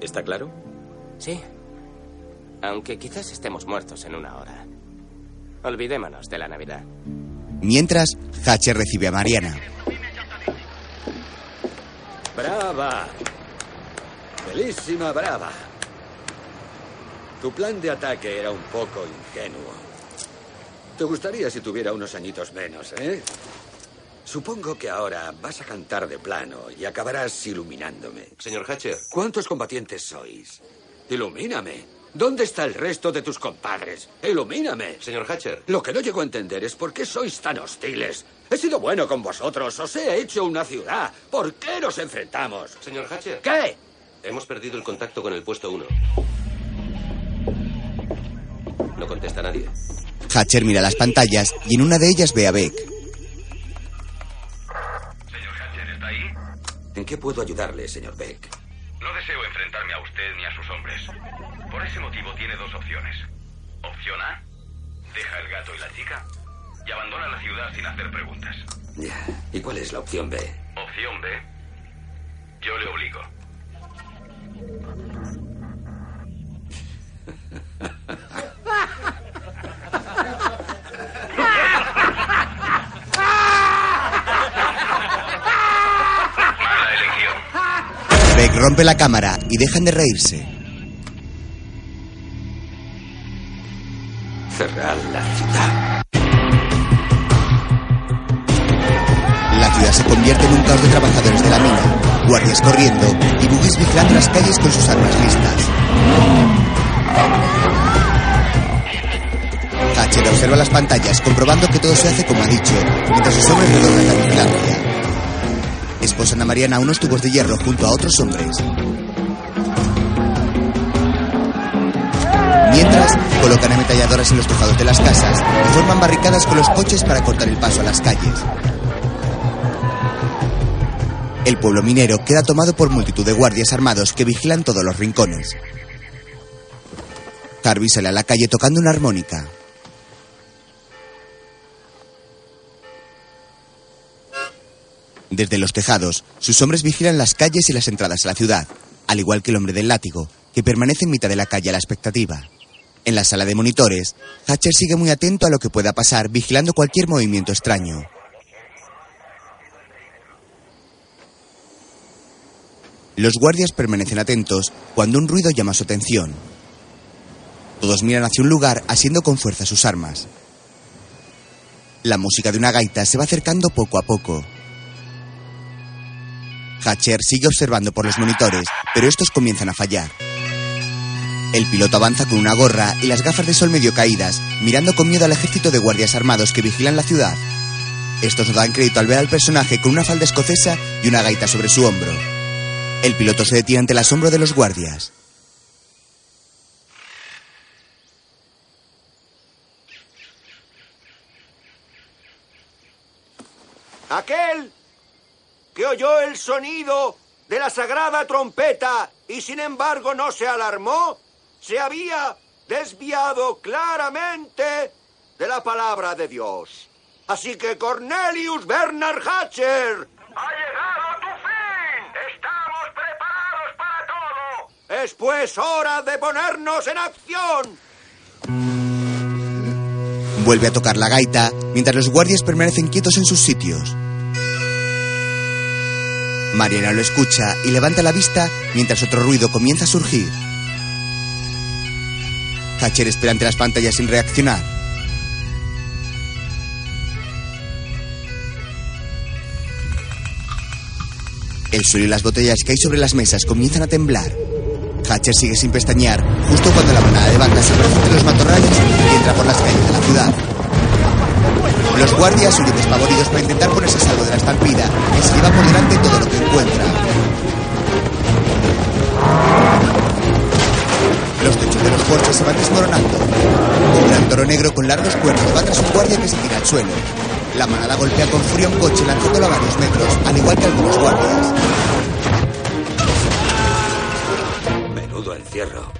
¿Está claro? Sí. Aunque quizás estemos muertos en una hora. Olvidémonos de la Navidad. Mientras, Hatcher recibe a Mariana. Brava. Belísima, brava. Tu plan de ataque era un poco ingenuo. Te gustaría si tuviera unos añitos menos, ¿eh? Supongo que ahora vas a cantar de plano y acabarás iluminándome. Señor Hatcher. ¿Cuántos combatientes sois? Ilumíname. ¿Dónde está el resto de tus compadres? Ilumíname. Señor Hatcher. Lo que no llego a entender es por qué sois tan hostiles. He sido bueno con vosotros, os he hecho una ciudad. ¿Por qué nos enfrentamos? Señor Hatcher. ¿Qué? Hemos perdido el contacto con el puesto 1. No contesta nadie. Hatcher mira las pantallas y en una de ellas ve a Beck. Señor Hatcher, ¿está ahí? ¿En qué puedo ayudarle, señor Beck? No deseo enfrentarme a usted ni a sus hombres. Por ese motivo tiene dos opciones. Opción A, deja el gato y la chica y abandona la ciudad sin hacer preguntas. Ya. ¿Y cuál es la opción B? Opción B, yo le obligo. Mala elección. Beck rompe la cámara y dejan de reírse. Cerrar la ciudad. La ciudad se convierte en un caos de trabajadores de la mina, guardias corriendo y buggies vigilando las calles con sus armas listas. Hatcher observa las pantallas, comprobando que todo se hace como ha dicho, mientras sus hombres redoblan la vigilancia. Esposan a Mariana unos tubos de hierro junto a otros hombres. Mientras, colocan ametralladoras en los tejados de las casas y forman barricadas con los coches para cortar el paso a las calles. El pueblo minero queda tomado por multitud de guardias armados que vigilan todos los rincones. Harvey sale a la calle tocando una armónica. Desde los tejados, sus hombres vigilan las calles y las entradas a la ciudad, al igual que el hombre del látigo, que permanece en mitad de la calle a la expectativa. En la sala de monitores, Hatcher sigue muy atento a lo que pueda pasar, vigilando cualquier movimiento extraño. Los guardias permanecen atentos cuando un ruido llama su atención. Todos miran hacia un lugar, asiendo con fuerza sus armas. La música de una gaita se va acercando poco a poco. Hatcher sigue observando por los monitores, pero estos comienzan a fallar. El piloto avanza con una gorra y las gafas de sol medio caídas, mirando con miedo al ejército de guardias armados que vigilan la ciudad. Estos no dan crédito al ver al personaje con una falda escocesa y una gaita sobre su hombro. El piloto se detiene ante el asombro de los guardias. Aquel que oyó el sonido de la sagrada trompeta y sin embargo no se alarmó, se había desviado claramente de la palabra de Dios. Así que Cornelius Bernard Hatcher. ¡Ha llegado tu fin! ¡Estamos preparados para todo! Es pues hora de ponernos en acción. Vuelve a tocar la gaita mientras los guardias permanecen quietos en sus sitios. Mariana lo escucha y levanta la vista mientras otro ruido comienza a surgir. Hatcher espera ante las pantallas sin reaccionar. El suelo y las botellas que hay sobre las mesas comienzan a temblar. Hatcher sigue sin pestañear justo cuando la manada de bandas aparece entre los matorrales y entra por las calles de la ciudad. Los guardias huyen despavoridos para intentar ponerse a salvo de la estampida y se lleva por delante todo lo que encuentra. Los techos de los porches se van desmoronando. Un gran toro negro con largos cuernos va tras un guardia que se tira al suelo. La manada golpea con furia un coche lanzándolo a varios metros, al igual que algunos guardias. Menudo encierro.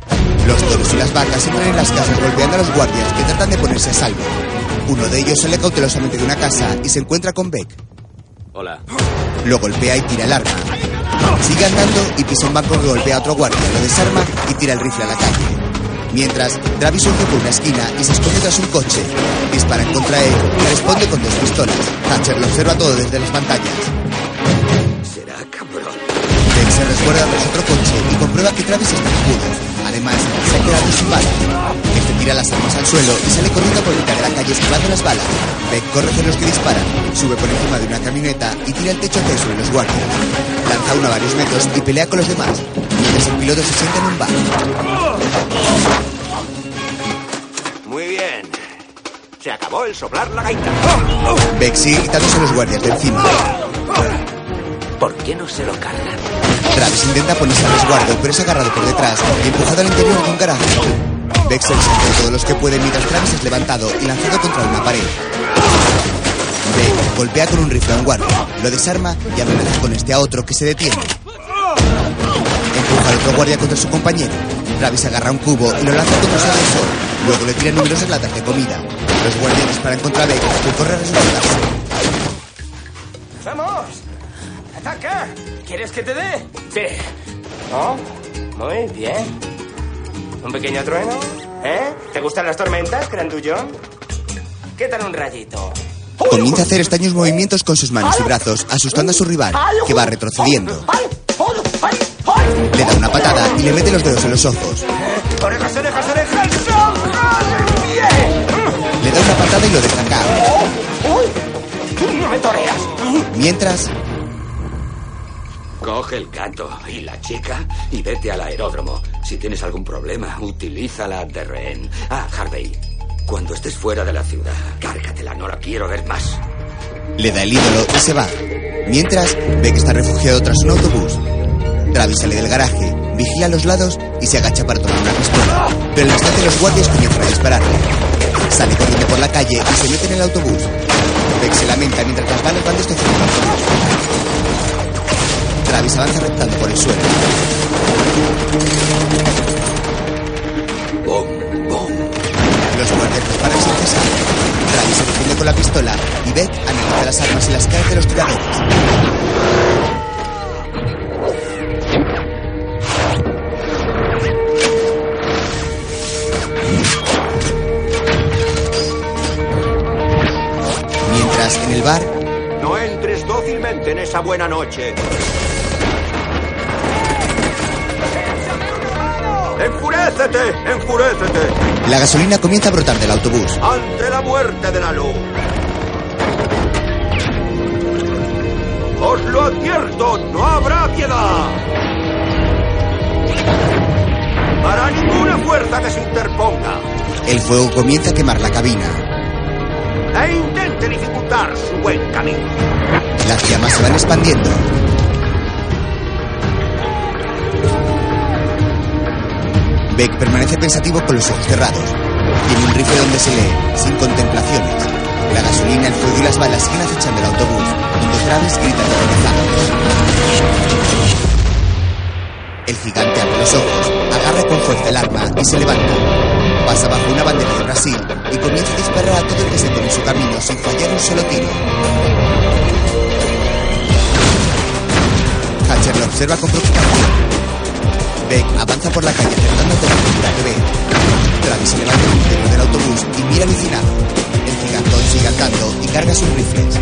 Los toros y las vacas entran en las casas golpeando a los guardias que tratan de ponerse a salvo. Uno de ellos sale cautelosamente de una casa y se encuentra con Beck. Hola. Lo golpea y tira el arma. Sigue andando y pisa un banco que golpea a otro guardia, lo desarma y tira el rifle a la calle. Mientras, Travis surge por una esquina y se esconde tras un coche. Disparan contra él y responde con dos pistolas. Thatcher lo observa todo desde las pantallas. Será cabrón. Beck se resguarda tras otro coche y comprueba que Travis está escudo. Además, se ha quedado sin bala. Este tira las armas al suelo y sale corriendo por mitad de la calle esquivando las balas. Beck corre hacia los que disparan, sube por encima de una camioneta y tira el techo que hay sobre los guardias. Lanza uno a varios metros y pelea con los demás, mientras el piloto se sienta en un bar. Muy bien. Se acabó el soplar la gaita. Beck sigue quitándose los guardias de encima. ¿Por qué no se lo cargan? Travis intenta ponerse al resguardo, pero es agarrado por detrás y empujado al interior de un garaje. Beck se de todos los que pueden mientras Travis es levantado y lanzado contra una pared. Beck golpea con un rifle a un guardia, lo desarma y amenaza con este a otro que se detiene. Empuja al otro guardia contra su compañero. Travis agarra un cubo y lo lanza contra su agresor. Luego le tira numerosas latas de comida. Los guardias disparan contra Beck, que corre a resguardarse. ¡Vamos! ¡Ataca! ¿Quieres que te dé? Sí. ¿Oh? Muy bien. ¿Un pequeño trueno? ¿Eh? ¿Te gustan las tormentas, grandullón? ¿Qué tal un rayito? Comienza a hacer extraños movimientos con sus manos y brazos, asustando a su rival, que va retrocediendo. Le da una patada y le mete los dedos en los ojos. ¡Orejas, orejas, orejas! Le da una patada y lo deja ¡No me toreas! Mientras, Coge el gato y la chica y vete al aeródromo. Si tienes algún problema, utilízala de rehén. Ah, Harvey, cuando estés fuera de la ciudad, cárgatela, no la quiero ver más. Le da el ídolo y se va. Mientras, ve que está refugiado tras un autobús. Travis sale del garaje, vigila a los lados y se agacha para tomar una pistola. Pero en el instante los guardias comienzan a dispararle. Sale corriendo por la calle y se mete en el autobús. Beck se lamenta mientras las balas van destrozando. Travis avanza reptando por el suelo. Bom, bom. Los guardias disparan sin cesar. Travis se defiende con la pistola y Beck analiza las armas y las caras de los tiradores. Mientras, en el bar... No entres dócilmente en esa buena noche. ¡Enfurécete! ¡Enfurécete! La gasolina comienza a brotar del autobús. ¡Ante la muerte de la luz! ¡Os lo advierto! ¡No habrá piedad! ¡Hará ninguna fuerza que se interponga! El fuego comienza a quemar la cabina. ¡E intente dificultar su buen camino! Las llamas se van expandiendo. Beck permanece pensativo con los ojos cerrados. Tiene un rifle donde se lee, sin contemplaciones. La gasolina, el fuego y las balas siguen acechando el autobús, donde Travis grita aterrorizado. El gigante abre los ojos, agarra con fuerza el arma y se levanta. Pasa bajo una bandera de Brasil y comienza a disparar a todo el que se pone en su camino sin fallar un solo tiro. Hatcher lo observa con preocupación. Beck avanza por la calle acertando con la figura que ve. Travis se levanta del interior del autobús y mira alucinado. El gigantón sigue andando y carga sus rifles.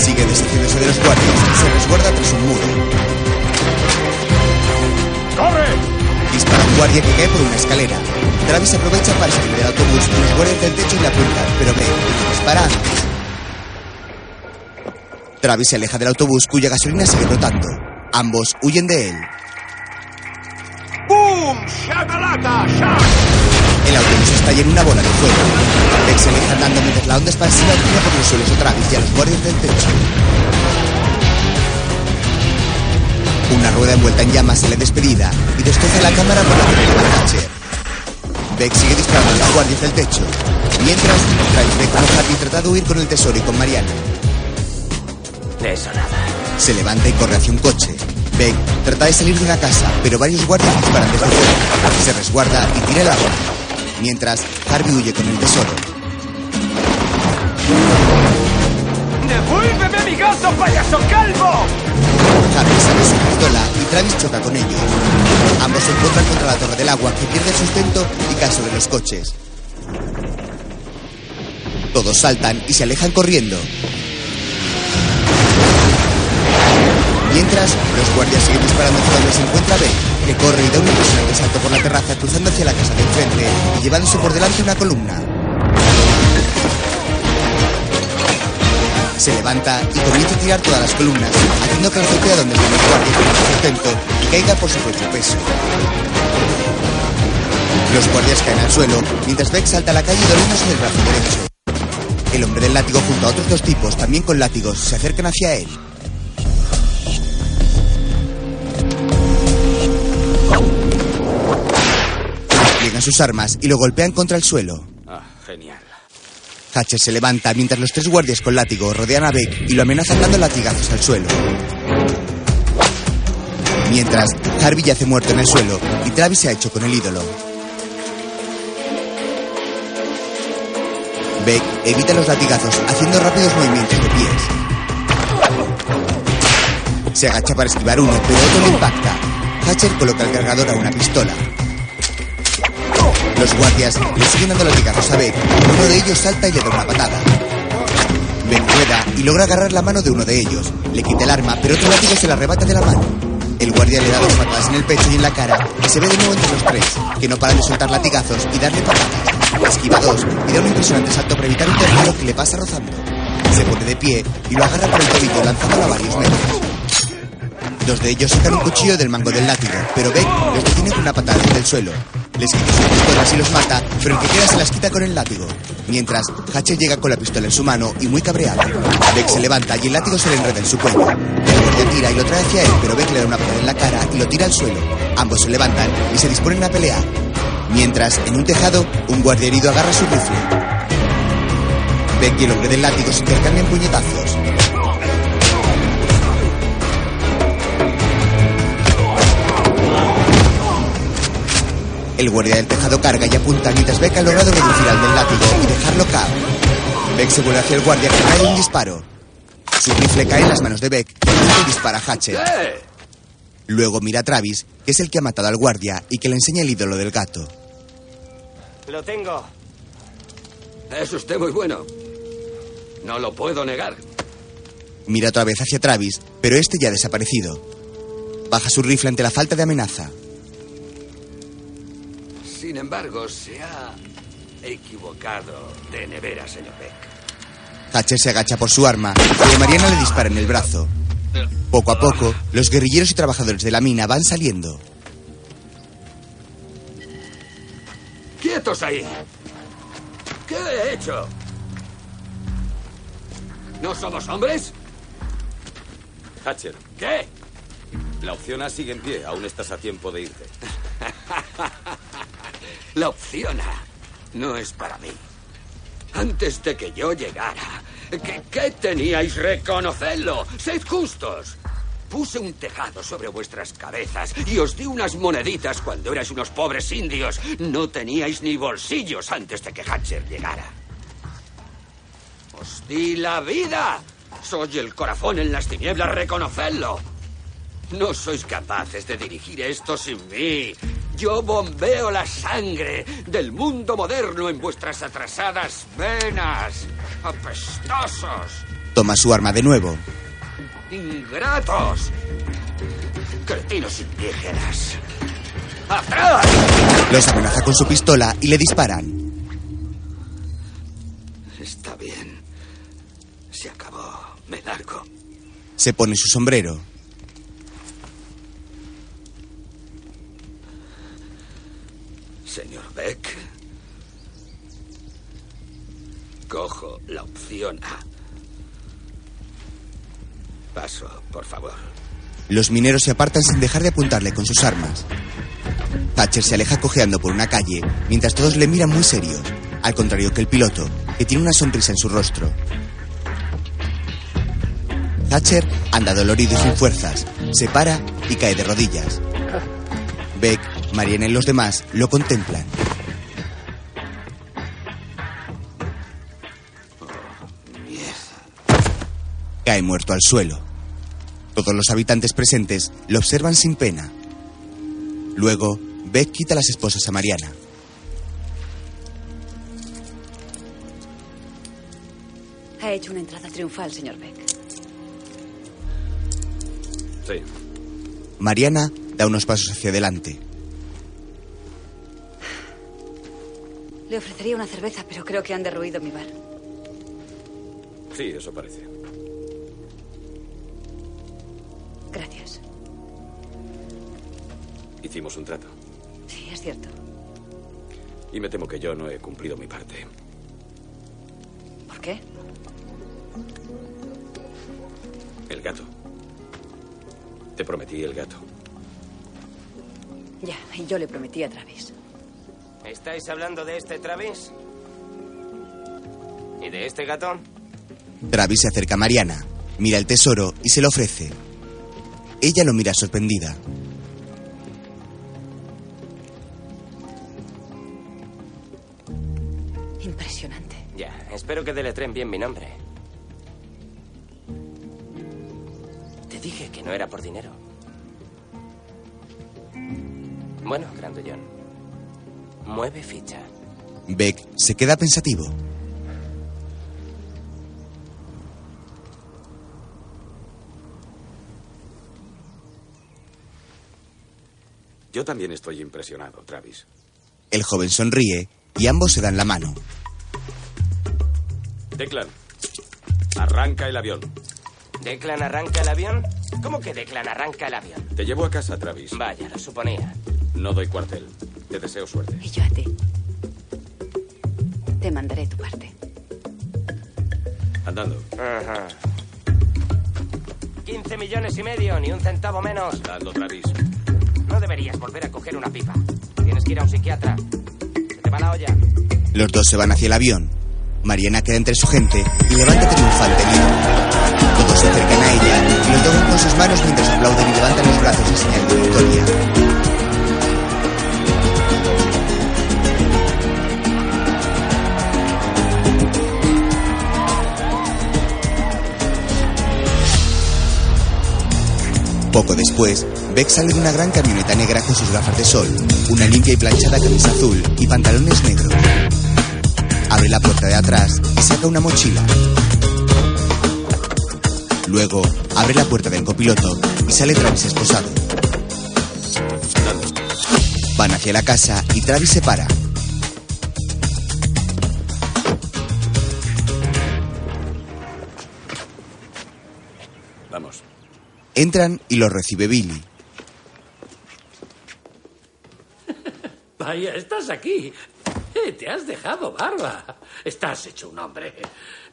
Sigue deshaciéndose de los guardias. Se resguarda tras un muro. ¡Corre! Dispara a un guardia que cae por una escalera. Travis aprovecha para escribir el autobús y los guardias del techo y la apunta, pero ve, dispara antes. Travis se aleja del autobús cuya gasolina sigue brotando. Ambos huyen de él. ¡Boom! ¡Shakalaka! El autobús estalla en una bola de fuego. Beck se aleja andando mientras la onda expansiva tira por los suelos otra vez y a los bordes del techo. Una rueda envuelta en llamas sale despedida y destroza la cámara por la que de Hatcher. Beck sigue disparando a los guardias del techo. Mientras, Travis ve como Harry trata de huir con el tesoro y con Mariana. De eso nada. Se levanta y corre hacia un coche. Beck trata de salir de una casa, pero varios guardias disparan desde fuera. Se resguarda y tira el agua mientras Harvey huye con el tesoro. ¡Devuélveme mi gato, payaso calvo! Harvey sale su pistola y Travis choca con ellos. Ambos se encuentran contra la torre del agua que pierde el sustento y cae sobre los coches. Todos saltan y se alejan corriendo. Mientras, los guardias siguen disparando hacia donde se encuentra B, que corre y da un impresionante salto por la terraza cruzando hacia la casa de enfrente y llevándose por delante una columna. Se levanta y comienza a tirar todas las columnas, haciendo que la azotea donde están los guardias con su sustento y caiga por su propio peso. Los guardias caen al suelo, mientras Beck salta a la calle doliéndose del brazo derecho. El hombre del látigo junto a otros dos tipos, también con látigos, se acercan hacia él. Llegan sus armas y lo golpean contra el suelo. Ah, genial. Hatcher se levanta mientras los tres guardias con látigo rodean a Beck y lo amenazan dando latigazos al suelo. Mientras, Harvey yace muerto en el suelo y Travis se ha hecho con el ídolo. Beck evita los latigazos haciendo rápidos movimientos de pies. Se agacha para esquivar uno, pero otro le impacta. Hatcher coloca el cargador a una pistola. Los guardias le siguen dando latigazos a Beck. Uno de ellos salta y le da una patada. Beck rueda y logra agarrar la mano de uno de ellos. Le quita el arma, pero otro látigo se la arrebata de la mano. El guardia le da dos patadas en el pecho y en la cara y se ve de nuevo entre los tres, que no paran de soltar latigazos y darle patadas. Esquiva dos y da un impresionante salto para evitar un tercero que le pasa rozando. Se pone de pie y lo agarra por el tobillo lanzándolo a varios metros. Dos de ellos sacan un cuchillo del mango del látigo, pero Beck los detiene con una patada desde el suelo. Les quita sus pistolas y los mata, pero el que queda se las quita con el látigo. Mientras, Hatcher llega con la pistola en su mano y muy cabreado. Beck se levanta y el látigo se le enreda en su cuello. El guardia tira y lo trae hacia él, pero Beck le da una patada en la cara y lo tira al suelo. Ambos se levantan y se disponen a pelear. Mientras, en un tejado, un guardia herido agarra su rifle. Beck y el hombre del látigo se intercambian puñetazos. El guardia del tejado carga y apunta mientras Beck ha logrado reducir al del látigo y dejarlo caer. Beck se vuelve hacia el guardia que cae un disparo. Su rifle cae en las manos de Beck y dispara a Hatchet. Luego mira a Travis, que es el que ha matado al guardia y que le enseña el ídolo del gato. Lo tengo. Es usted muy bueno. No lo puedo negar. Mira otra vez hacia Travis, pero este ya ha desaparecido. Baja su rifle ante la falta de amenaza. Sin embargo, se ha equivocado de nevera, señor Beck. Hatcher se agacha por su arma y Mariana le dispara en el brazo. Poco a poco, los guerrilleros y trabajadores de la mina van saliendo. ¡Quietos ahí! ¿Qué he hecho? ¿No somos hombres? Hatcher. ¿Qué? La opción A sigue en pie. Aún estás a tiempo de irte. La opción A no es para mí. Antes de que yo llegara, ¿Qué, qué teníais? Reconocedlo. Sed justos. Puse un tejado sobre vuestras cabezas y os di unas moneditas cuando erais unos pobres indios. No teníais ni bolsillos antes de que Hatcher llegara. Os di la vida. Soy el corazón en las tinieblas, reconocedlo. No sois capaces de dirigir esto sin mí. Yo bombeo la sangre del mundo moderno en vuestras atrasadas venas. Apestosos. Toma su arma de nuevo. Ingratos. Cretinos indígenas. ¡Atrás! Los amenaza con su pistola y le disparan. Está bien. Se acabó. Me largo. Se pone su sombrero. Señor Beck, cojo la opción A. Paso, por favor. Los mineros se apartan sin dejar de apuntarle con sus armas. Thatcher se aleja cojeando por una calle, mientras todos le miran muy serios, al contrario que el piloto, que tiene una sonrisa en su rostro. Thatcher anda dolorido y sin fuerzas, se para y cae de rodillas. Beck, Mariana y los demás lo contemplan. Cae muerto al suelo. Todos los habitantes presentes lo observan sin pena. Luego, Beck quita las esposas a Mariana. Ha hecho una entrada triunfal, señor Beck. Sí. Mariana da unos pasos hacia adelante. Le ofrecería una cerveza, pero creo que han derruido mi bar. Sí, eso parece. Gracias. Hicimos un trato. Sí, es cierto. Y me temo que yo no he cumplido mi parte. ¿Por qué? El gato. Te prometí el gato. Ya, y yo le prometí a Travis. ¿Estáis hablando de este Travis? ¿Y de este gato? Travis se acerca a Mariana, mira el tesoro y se lo ofrece. Ella lo mira sorprendida. Impresionante. Ya, espero que deletren bien mi nombre. Te dije que no era por dinero. Bueno, grandullón. Mueve ficha. Beck se queda pensativo. Yo también estoy impresionado, Travis. El joven sonríe y ambos se dan la mano. Declan, arranca el avión. ¿Declan arranca el avión? ¿Cómo que Declan arranca el avión? Te llevo a casa, Travis. Vaya, lo suponía. No doy cuartel. Te deseo suerte. Y yo a ti. Te mandaré tu parte. Andando. Ajá. 15 millones y medio, ni un centavo menos. Andando, Travis. No deberías volver a coger una pipa. Tienes que ir a un psiquiatra. Se te va la olla. Los dos se van hacia el avión. Mariana queda entre su gente y levanta triunfante miedo. Todos se acercan a ella y lo toman con sus manos mientras aplauden y levantan los brazos en señal de victoria. Poco después, Beck sale de una gran camioneta negra con sus gafas de sol, una limpia y planchada camisa azul y pantalones negros. Abre la puerta de atrás y saca una mochila. Luego, abre la puerta del copiloto y sale Travis esposado. Van hacia la casa y Travis se para. Vamos. Entran y los recibe Billy. Vaya, estás aquí. Eh, te has dejado barba. Estás hecho un hombre.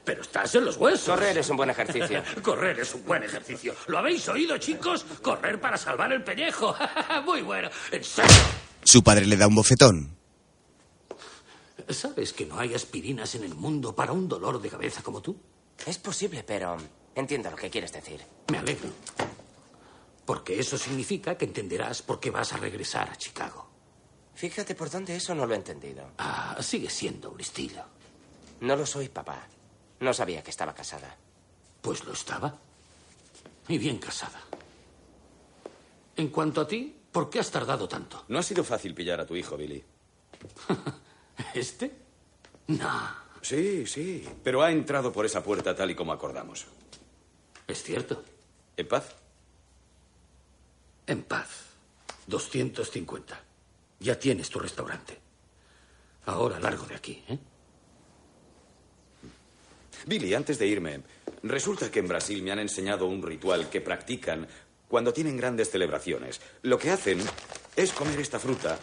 Pero estás en los huesos. Correr es un buen ejercicio. Correr es un buen ejercicio. ¿Lo habéis oído, chicos? Correr para salvar el pellejo. Muy bueno. En serio. Su padre le da un bofetón. ¿Sabes que no hay aspirinas en el mundo para un dolor de cabeza como tú? Es posible, pero entiendo lo que quieres decir. Me alegro. Porque eso significa que entenderás por qué vas a regresar a Chicago. Fíjate por dónde eso no lo he entendido. Ah, sigue siendo un estilo. No lo soy, papá. No sabía que estaba casada. Pues lo estaba. Y bien casada. En cuanto a ti, ¿por qué has tardado tanto? No ha sido fácil pillar a tu hijo, Billy. ¿Este? No. Sí, sí. Pero ha entrado por esa puerta tal y como acordamos. Es cierto. ¿En paz? En paz. 250. Ya tienes tu restaurante. Ahora largo de aquí, ¿eh? Billy, antes de irme, resulta que en Brasil me han enseñado un ritual que practican cuando tienen grandes celebraciones. Lo que hacen es comer esta fruta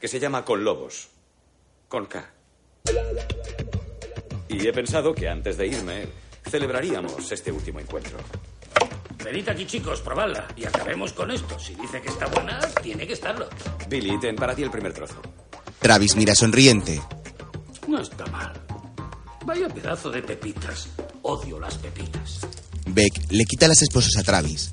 que se llama con lobos. Con K. Y he pensado que antes de irme celebraríamos este último encuentro. Venid aquí, chicos, probadla y acabemos con esto. Si dice que está buena, tiene que estarlo. Billy, ten para ti el primer trozo. Travis mira sonriente. No está mal. Vaya pedazo de pepitas. Odio las pepitas. Beck le quita las esposas a Travis.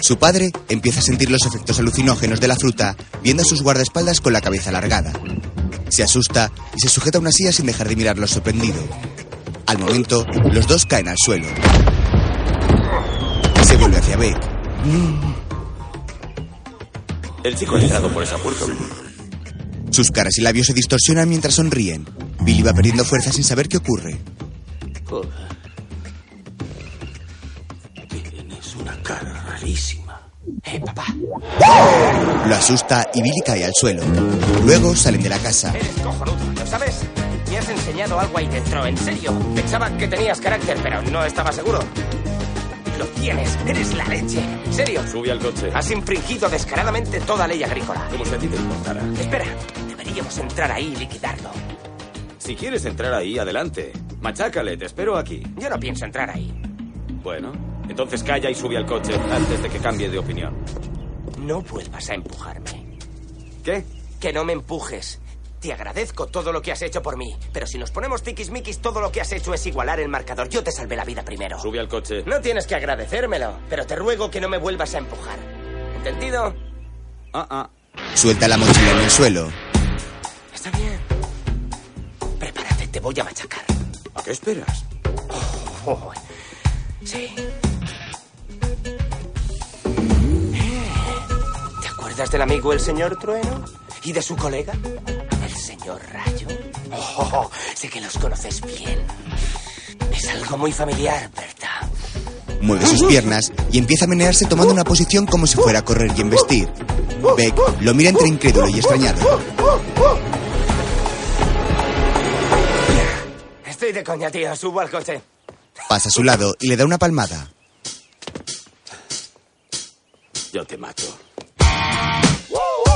Su padre empieza a sentir los efectos alucinógenos de la fruta, viendo a sus guardaespaldas con la cabeza alargada. Se asusta y se sujeta a una silla sin dejar de mirarlo sorprendido. Al momento, los dos caen al suelo. Se vuelve hacia Beck. El chico ha entrado por esa puerta. Sus caras y labios se distorsionan mientras sonríen. Billy va perdiendo fuerza sin saber qué ocurre. Tienes una cara rarísima. ¡Eh, papá! Lo asusta y Billy cae al suelo. Luego salen de la casa. Eres cojonudo, ¿lo sabes? Me has enseñado algo ahí dentro, en serio. Pensaba que tenías carácter, pero no estaba seguro. Lo tienes, eres la leche. En serio. Sube al coche. Has infringido descaradamente toda ley agrícola. Como si a ti te importara. Espera, deberíamos entrar ahí y liquidarlo. Si quieres entrar ahí, adelante. Machácale, te espero aquí. Yo no pienso entrar ahí. Bueno, entonces calla y sube al coche antes de que cambie de opinión. No vuelvas a empujarme. ¿Qué? Que no me empujes. Te agradezco todo lo que has hecho por mí, pero si nos ponemos tiquismiquis, todo lo que has hecho es igualar el marcador. Yo te salvé la vida primero. Sube al coche. No tienes que agradecérmelo, pero te ruego que no me vuelvas a empujar. ¿Entendido? Ah, ah. Suelta la mochila en el suelo. Está bien. Prepárate, te voy a machacar. ¿A qué esperas? Oh, oh. Sí. Eh. ¿Te acuerdas del amigo el señor Trueno? ¿Y de su colega? El señor Rayo. Oh, sé que los conoces bien. Es algo muy familiar, ¿verdad? Mueve sus piernas y empieza a menearse tomando una posición como si fuera a correr y embestir. Beck lo mira entre incrédulo y extrañado. Estoy de coña, tío. Subo al coche. Pasa a su lado y le da una palmada. Yo te mato.